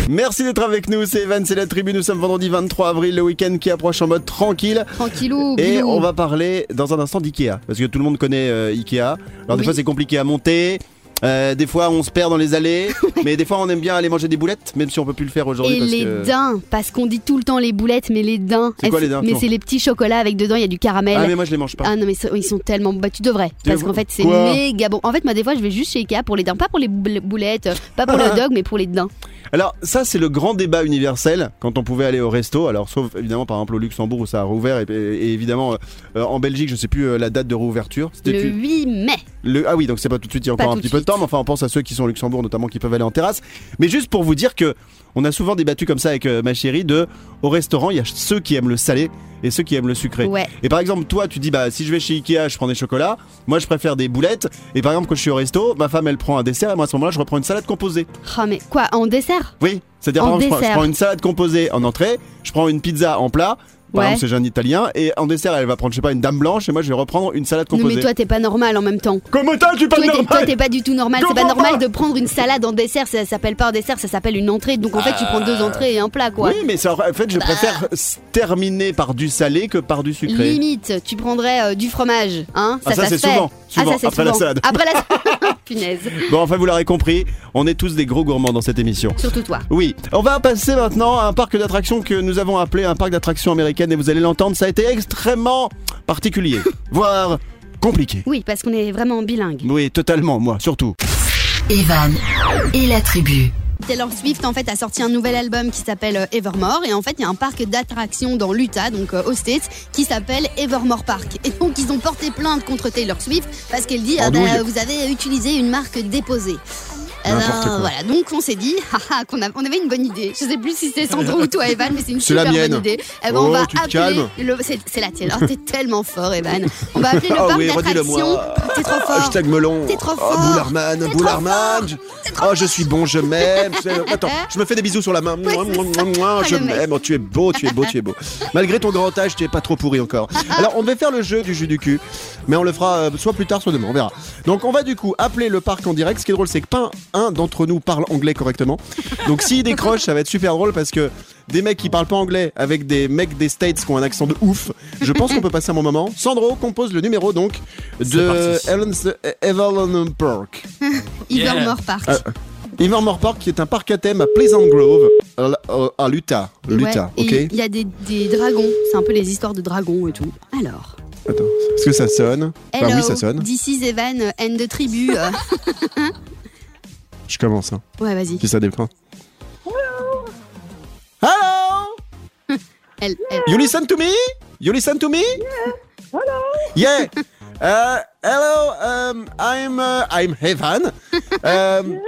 Speaker 2: Merci d'être avec nous, c'est Evan, c'est la tribu. Nous sommes vendredi 23 avril, le week-end qui approche en mode tranquille.
Speaker 3: Tranquillou,
Speaker 2: Et
Speaker 3: bilou.
Speaker 2: on va parler dans un instant d'IKEA, parce que tout le monde connaît euh, IKEA. Alors des
Speaker 3: Oui.
Speaker 2: fois c'est compliqué à monter, euh, des fois on se perd dans
Speaker 1: <laughs>
Speaker 2: les allées, mais des fois on aime bien aller manger des boulettes, même si on peut plus le faire aujourd'hui.
Speaker 3: Et
Speaker 2: parce
Speaker 3: les
Speaker 2: que...
Speaker 3: daims, parce qu'on dit tout le temps les boulettes, mais les daims.
Speaker 2: C'est quoi les daims
Speaker 3: Mais
Speaker 2: Comment
Speaker 3: c'est les petits chocolats avec dedans, il y a du caramel.
Speaker 2: Ah mais moi je les mange pas.
Speaker 3: Ah non mais ça- ils sont tellement bah tu devrais
Speaker 2: Tu
Speaker 3: parce
Speaker 2: veux-
Speaker 3: qu'en fait c'est
Speaker 2: Quoi
Speaker 3: méga bon. En fait moi des fois je vais juste chez Ikea pour les daims, pas pour les boule- boulettes, euh, pas
Speaker 2: <laughs>
Speaker 3: pour le dog mais pour les daims.
Speaker 2: Alors ça c'est le grand débat universel quand on pouvait aller au resto. Alors sauf évidemment par exemple au Luxembourg où ça a rouvert et, et évidemment euh, euh, en Belgique je sais plus euh, la date de réouverture. C'était
Speaker 3: Le
Speaker 2: une-
Speaker 3: 8 mai.
Speaker 2: Le- ah oui, donc c'est pas tout de suite, il y a
Speaker 3: Pas
Speaker 2: encore un
Speaker 3: tout de
Speaker 2: petit peu de temps, mais enfin on pense à ceux qui sont au Luxembourg notamment qui peuvent aller en terrasse. Mais juste pour vous dire que on a souvent débattu comme ça avec euh, ma chérie de au restaurant, il y a ceux qui aiment le salé et ceux qui aiment le sucré.
Speaker 3: Ouais.
Speaker 2: Et par exemple, toi tu dis bah si je vais chez Ikea, je prends des chocolats, moi je préfère des boulettes et par exemple quand je suis au resto, ma femme elle prend un dessert et moi à ce moment-là je reprends une salade composée.
Speaker 3: Ah mais quoi en dessert
Speaker 2: Oui, c'est-à-dire
Speaker 3: En
Speaker 2: par exemple, je, prends,
Speaker 3: dessert.
Speaker 2: je prends une salade composée en entrée, je prends une pizza en plat. Par
Speaker 3: Ouais.
Speaker 2: exemple, c'est un italien et en dessert, elle va prendre, je sais pas, une dame blanche et moi je vais reprendre une salade
Speaker 3: Non
Speaker 2: composée.
Speaker 3: mais toi t'es pas normal en même temps.
Speaker 2: Comment t'as, tu
Speaker 3: Toi,
Speaker 2: parles
Speaker 3: t'es-
Speaker 2: normal
Speaker 3: Toi, t'es pas du tout normal.
Speaker 2: Je
Speaker 3: C'est pas
Speaker 2: comprends
Speaker 3: normal
Speaker 2: pas.
Speaker 3: de prendre une salade en dessert. Ça s'appelle pas un dessert, ça s'appelle une entrée. Donc en fait, tu prends deux entrées et un plat, quoi.
Speaker 2: Oui, mais ça, en fait, je
Speaker 3: Bah.
Speaker 2: préfère s- terminer par du salé que par du sucré.
Speaker 3: Limite, tu prendrais euh, du fromage, hein
Speaker 2: Ah, ça,
Speaker 3: se
Speaker 2: c'est
Speaker 3: fait.
Speaker 2: souvent. Souvent,
Speaker 3: ah, ça, c'est
Speaker 2: après la
Speaker 3: souvent.
Speaker 2: salade. <laughs>
Speaker 3: Après la salade. <laughs> Punaise.
Speaker 2: Bon, enfin, vous l'aurez compris, on est tous des gros gourmands dans cette émission.
Speaker 3: Surtout toi.
Speaker 2: Oui, on va passer maintenant à un parc d'attractions que nous avons appelé un parc d'attractions américain. américaine et vous allez l'entendre, ça a été extrêmement particulier, <laughs> voire compliqué.
Speaker 3: Oui, parce qu'on est vraiment bilingue.
Speaker 2: Oui, totalement, moi, surtout.
Speaker 1: Evan et la tribu.
Speaker 3: Taylor Swift en fait a sorti un nouvel album qui s'appelle euh, Evermore et en fait il y a un parc d'attractions dans l'Utah donc euh, aux States qui s'appelle Evermore Park et donc ils ont porté plainte contre Taylor Swift parce qu'elle dit ah, bah,
Speaker 4: Andouille.
Speaker 3: vous avez utilisé une marque déposée. Eh ben,
Speaker 2: N'importe quoi.
Speaker 3: voilà, donc on s'est dit <laughs> haha, qu'on a- on avait une bonne idée. Je sais plus si c'est Sandro ou toi, Evan, mais c'est une
Speaker 2: C'est la
Speaker 3: super
Speaker 2: mienne.
Speaker 3: bonne idée. Eh ben,
Speaker 2: Oh,
Speaker 3: on va
Speaker 2: tu te
Speaker 3: appeler
Speaker 2: calmes.
Speaker 3: le- c'est, c'est la Taylor, t'es tellement fort, Evan. On va appeler le
Speaker 2: Ah
Speaker 3: parc
Speaker 2: oui,
Speaker 3: d'attractions.
Speaker 2: redis-le-moi. Ah,
Speaker 3: T'es trop fort.
Speaker 2: Hashtag melon.
Speaker 3: T'es trop
Speaker 2: Oh,
Speaker 3: fort.
Speaker 2: Boularman, Boularman. je- Oh, je suis bon, je m'aime. C'est- Attends,
Speaker 3: Hein
Speaker 2: je me fais des bisous sur la main. Mouah, mouah, mouah, mouah, je
Speaker 3: Le mec.
Speaker 2: m'aime. Oh, tu es beau, tu es beau, tu
Speaker 3: <laughs>
Speaker 2: es beau. Malgré ton grand âge, tu es pas trop pourri encore. Alors, on devait faire le jeu du jus du cul, mais on le fera euh, soit plus tard, soit demain. On verra. Donc, on va du coup appeler le parc en direct. Ce qui est drôle, c'est que pas un, un d'entre nous parle anglais correctement. Donc, s'il décroche, ça va être super drôle parce que des mecs qui parlent pas anglais avec des mecs des States qui ont un accent de ouf, je pense qu'on peut passer un bon moment. Sandro compose le numéro donc de
Speaker 4: parti.
Speaker 2: Ellen's- Evelyn Park.
Speaker 3: Evermore Park.
Speaker 2: Euh, Evermore Park qui est un parc à thème à Pleasant Grove, à l- euh, à- à l'Utah. L'Utah,
Speaker 3: Ouais,
Speaker 2: ok
Speaker 3: et Il y a des, des dragons, c'est un peu les histoires de dragons et tout. Alors,
Speaker 2: Est-ce que ça sonne Bah
Speaker 3: hello,
Speaker 2: oui, ça sonne.
Speaker 3: this is Evan euh, and the tribu.
Speaker 2: <laughs>
Speaker 3: euh.
Speaker 2: Je commence. hein.
Speaker 3: ouais, vas-y.
Speaker 2: Puis ça dépend.
Speaker 3: Elle- elle-
Speaker 2: You listen to me You listen to me Yeah. <laughs> Uh, hello. Um, I'm uh, I'm Evan. Um,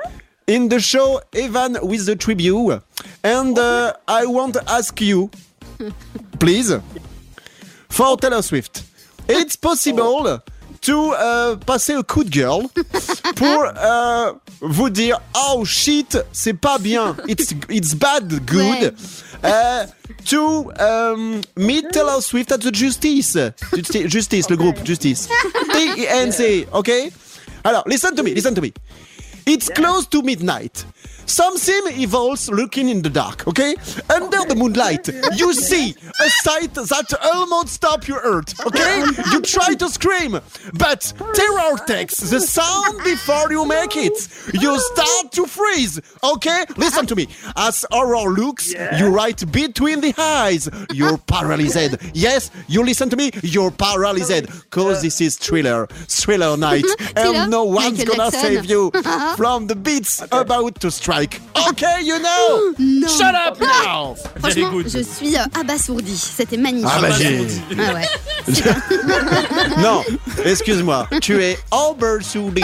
Speaker 2: in the show Evan with the Tribune, and uh, I want to ask you, please, for Taylor Swift, it's possible to uh, passer a coup de gueule pour uh, vous dire oh shit c'est pas bien it's it's bad good uh, to um, meet Taylor Swift at the justice Justi- justice le groupe justice TNC ok alors listen to me listen to me it's close to midnight Something evolves looking in the dark, okay? Under the moonlight, you see a sight that almost stops your heart, okay? You try to scream, but terror takes the sound before you make it. You start to freeze, okay? Listen to me. As horror looks, you right between the eyes. You're paralyzed. Yes, you listen to me. You're paralyzed. Cause this is thriller, thriller night.
Speaker 4: <laughs> Thriller?
Speaker 2: And no one's
Speaker 4: Michael
Speaker 2: gonna
Speaker 4: Jackson.
Speaker 2: save <laughs> you from the beats about to strike. Okay, you know.
Speaker 3: Non.
Speaker 2: Shut up now.
Speaker 3: Franchement, je suis euh, abasourdie. C'était magnifique.
Speaker 2: Ah, bah, j'ai- <laughs>
Speaker 3: Ah ouais.
Speaker 2: Non, excuse-moi, tu es Albert <laughs> Souli.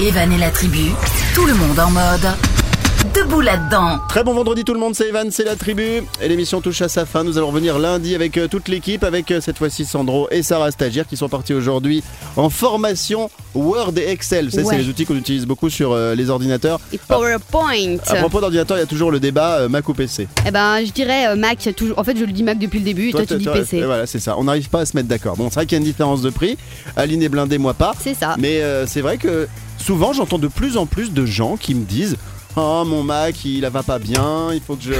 Speaker 1: Evan et la tribu. Tout le monde en mode. Debout là-dedans.
Speaker 2: Très bon vendredi tout le monde, c'est Evan, c'est la tribu. Et l'émission touche à sa fin. Nous allons revenir lundi avec euh, toute l'équipe, avec euh, cette fois-ci Sandro et Sarah Stagiaire qui sont partis aujourd'hui en formation Word et Excel. Ça,
Speaker 3: Ouais.
Speaker 2: c'est les outils qu'on utilise beaucoup sur euh, les ordinateurs.
Speaker 3: PowerPoint.
Speaker 2: À propos d'ordinateur, il y a toujours le débat euh, Mac ou PC.
Speaker 3: Eh ben, je dirais euh, Mac. toujours- En fait, je le dis Mac depuis le début. Et toi, tu dis PC.
Speaker 2: et Voilà, c'est ça. On n'arrive pas à se mettre d'accord. Bon, c'est vrai qu'il y a une différence de prix. Aline est blindée, moi pas.
Speaker 3: C'est ça.
Speaker 2: Mais euh, c'est vrai que souvent, j'entends de plus en plus de gens qui me disent Oh, mon Mac, il la va pas bien, il faut que je.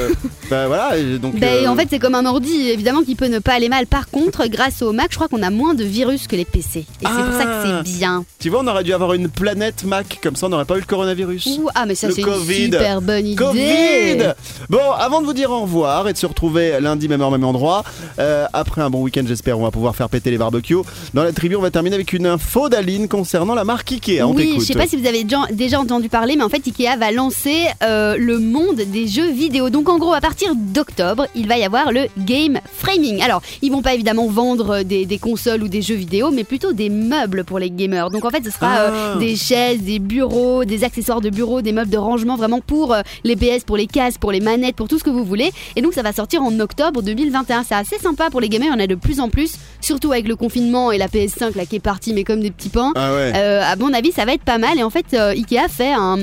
Speaker 2: bah voilà, et donc.
Speaker 3: Ben,
Speaker 2: euh,
Speaker 3: En fait, c'est comme un ordi, évidemment, qui peut ne pas aller mal. Par contre, grâce au Mac, je crois qu'on a moins de virus que les PC. Et c'est pour ça que
Speaker 2: Ah.
Speaker 3: c'est bien.
Speaker 2: Tu vois, on aurait dû avoir une planète Mac, comme ça on n'aurait pas eu le coronavirus.
Speaker 3: Ouh, ah, mais ça,
Speaker 2: Le
Speaker 3: c'est une
Speaker 2: Covid.
Speaker 3: super bonne idée.
Speaker 2: Covid Bon, avant de vous dire au revoir et de se retrouver lundi, même heure, même endroit, euh, après un bon week-end, j'espère, on va pouvoir faire péter les barbecues. Dans la tribu, on va terminer avec une info d'Aline concernant la marque Ikea. On
Speaker 3: oui,
Speaker 2: t'écoute.
Speaker 3: je sais pas si vous avez déjà- déjà entendu parler, mais en fait, Ikea va lancer euh, le monde des jeux vidéo. Donc, en gros, à partir d'octobre, il va y avoir le game framing. Alors, ils vont pas évidemment vendre euh, des, des consoles ou des jeux vidéo, mais plutôt des meubles pour les gamers. Donc, en fait, ce sera euh,
Speaker 4: Ah.
Speaker 3: des chaises, des bureaux, des accessoires de bureau, des meubles de rangement, vraiment pour euh, les PS, pour les cases, pour les manettes, pour tout ce que vous voulez. Et donc, ça va sortir en octobre 2021. C'est assez sympa pour les gamers. Il y en a de plus en plus, surtout avec le confinement et la PS5 là qui est partie, mais comme des petits pains.
Speaker 4: Ah ouais.
Speaker 3: Euh, euh, à mon avis, ça va être pas mal. Et en fait, euh, Ikea fait un,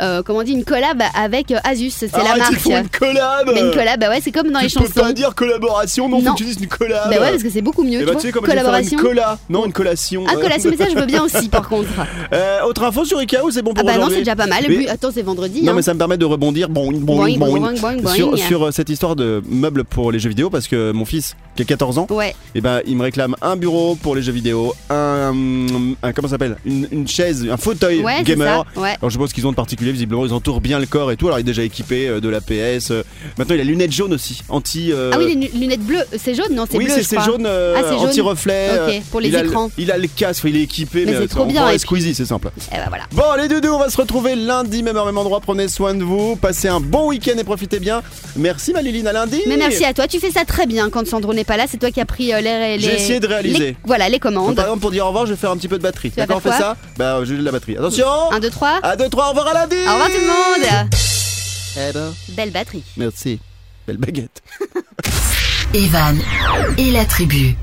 Speaker 3: euh, comment on dit, une collab avec euh, Asus. C'est
Speaker 2: Arrête,
Speaker 3: la marque.
Speaker 2: ils font Ah, une collab
Speaker 3: Mais une collab, bah ouais, c'est comme dans les
Speaker 2: Tu peux
Speaker 3: chansons.
Speaker 2: pas dire collaboration, non,
Speaker 3: Non.
Speaker 2: faut que tu dises une collab.
Speaker 3: Bah ouais, parce que c'est beaucoup mieux.
Speaker 2: Eh
Speaker 3: tu
Speaker 2: bah,
Speaker 3: vois.
Speaker 2: tu sais, comme
Speaker 3: collaboration.
Speaker 2: une colla, non, une collation.
Speaker 3: Ah, collation, mais ça, je veux bien aussi,
Speaker 2: <laughs>
Speaker 3: par contre.
Speaker 2: Euh, autre info sur Ikea ou c'est bon
Speaker 3: Ah
Speaker 2: pour
Speaker 3: bah non,
Speaker 2: aujourd'hui
Speaker 3: c'est déjà pas mal.
Speaker 2: Mais-
Speaker 3: Puis, Attends, c'est vendredi.
Speaker 2: Non,
Speaker 3: hein.
Speaker 2: mais ça me permet de rebondir boing, boing,
Speaker 3: Boing,
Speaker 2: boing,
Speaker 3: boing, boing, boing.
Speaker 2: sur, sur, euh, cette histoire de meubles pour les jeux vidéo parce que mon fils qui a 14 ans,
Speaker 3: Ouais.
Speaker 2: et ben, il me réclame un bureau pour les jeux vidéo, un, un- comment ça s'appelle une, une chaise, un fauteuil
Speaker 3: Ouais, c'est
Speaker 2: gamer.
Speaker 3: ça, ouais.
Speaker 2: Alors je suppose qu'ils ont de particulier, visiblement ils ont tout couvre bien le corps et tout. Alors il est déjà équipé euh, de l'APS. euh, Maintenant il a lunettes jaunes aussi, anti. euh,
Speaker 3: Ah oui, les nu- lunettes bleues, c'est jaune Non, c'est
Speaker 2: oui,
Speaker 3: bleu.
Speaker 2: c'est
Speaker 3: je
Speaker 2: c'est
Speaker 3: crois.
Speaker 2: jaune euh,
Speaker 3: Ah, c'est jaune.
Speaker 2: anti-reflet.
Speaker 3: Ok,
Speaker 2: euh,
Speaker 3: pour les
Speaker 2: il a le-
Speaker 3: écrans.
Speaker 2: il a le casque, il est équipé.
Speaker 3: Mais
Speaker 2: euh,
Speaker 3: c'est trop
Speaker 2: on
Speaker 3: bien,
Speaker 2: croirait
Speaker 3: et puis-
Speaker 2: Squeezie, c'est simple.
Speaker 3: Eh ben voilà.
Speaker 2: Bon, les doudous, on va se retrouver lundi, même heure, même endroit. Prenez soin de vous, passez un bon week-end et profitez bien. Merci Maliline, à lundi.
Speaker 3: Mais merci à toi, tu fais ça très bien quand Sandro n'est pas là, c'est toi qui as pris euh, les, les-
Speaker 2: J'ai essayé de réaliser.
Speaker 3: les- voilà, les
Speaker 2: Donc,
Speaker 3: commandes.
Speaker 2: par exemple, pour dire au revoir, je vais faire un petit peu de batterie.
Speaker 3: vas
Speaker 2: D'accord, on
Speaker 3: faire
Speaker 2: fait
Speaker 3: quoi
Speaker 2: ça Bah, j'ai de la batterie. Attention
Speaker 3: 1, 2, 3.
Speaker 2: À 2, 3, au revoir à lundi
Speaker 3: Au revoir tout le monde
Speaker 2: Eh ben,
Speaker 3: Belle batterie.
Speaker 2: merci. Belle baguette.
Speaker 1: Evan et la tribu.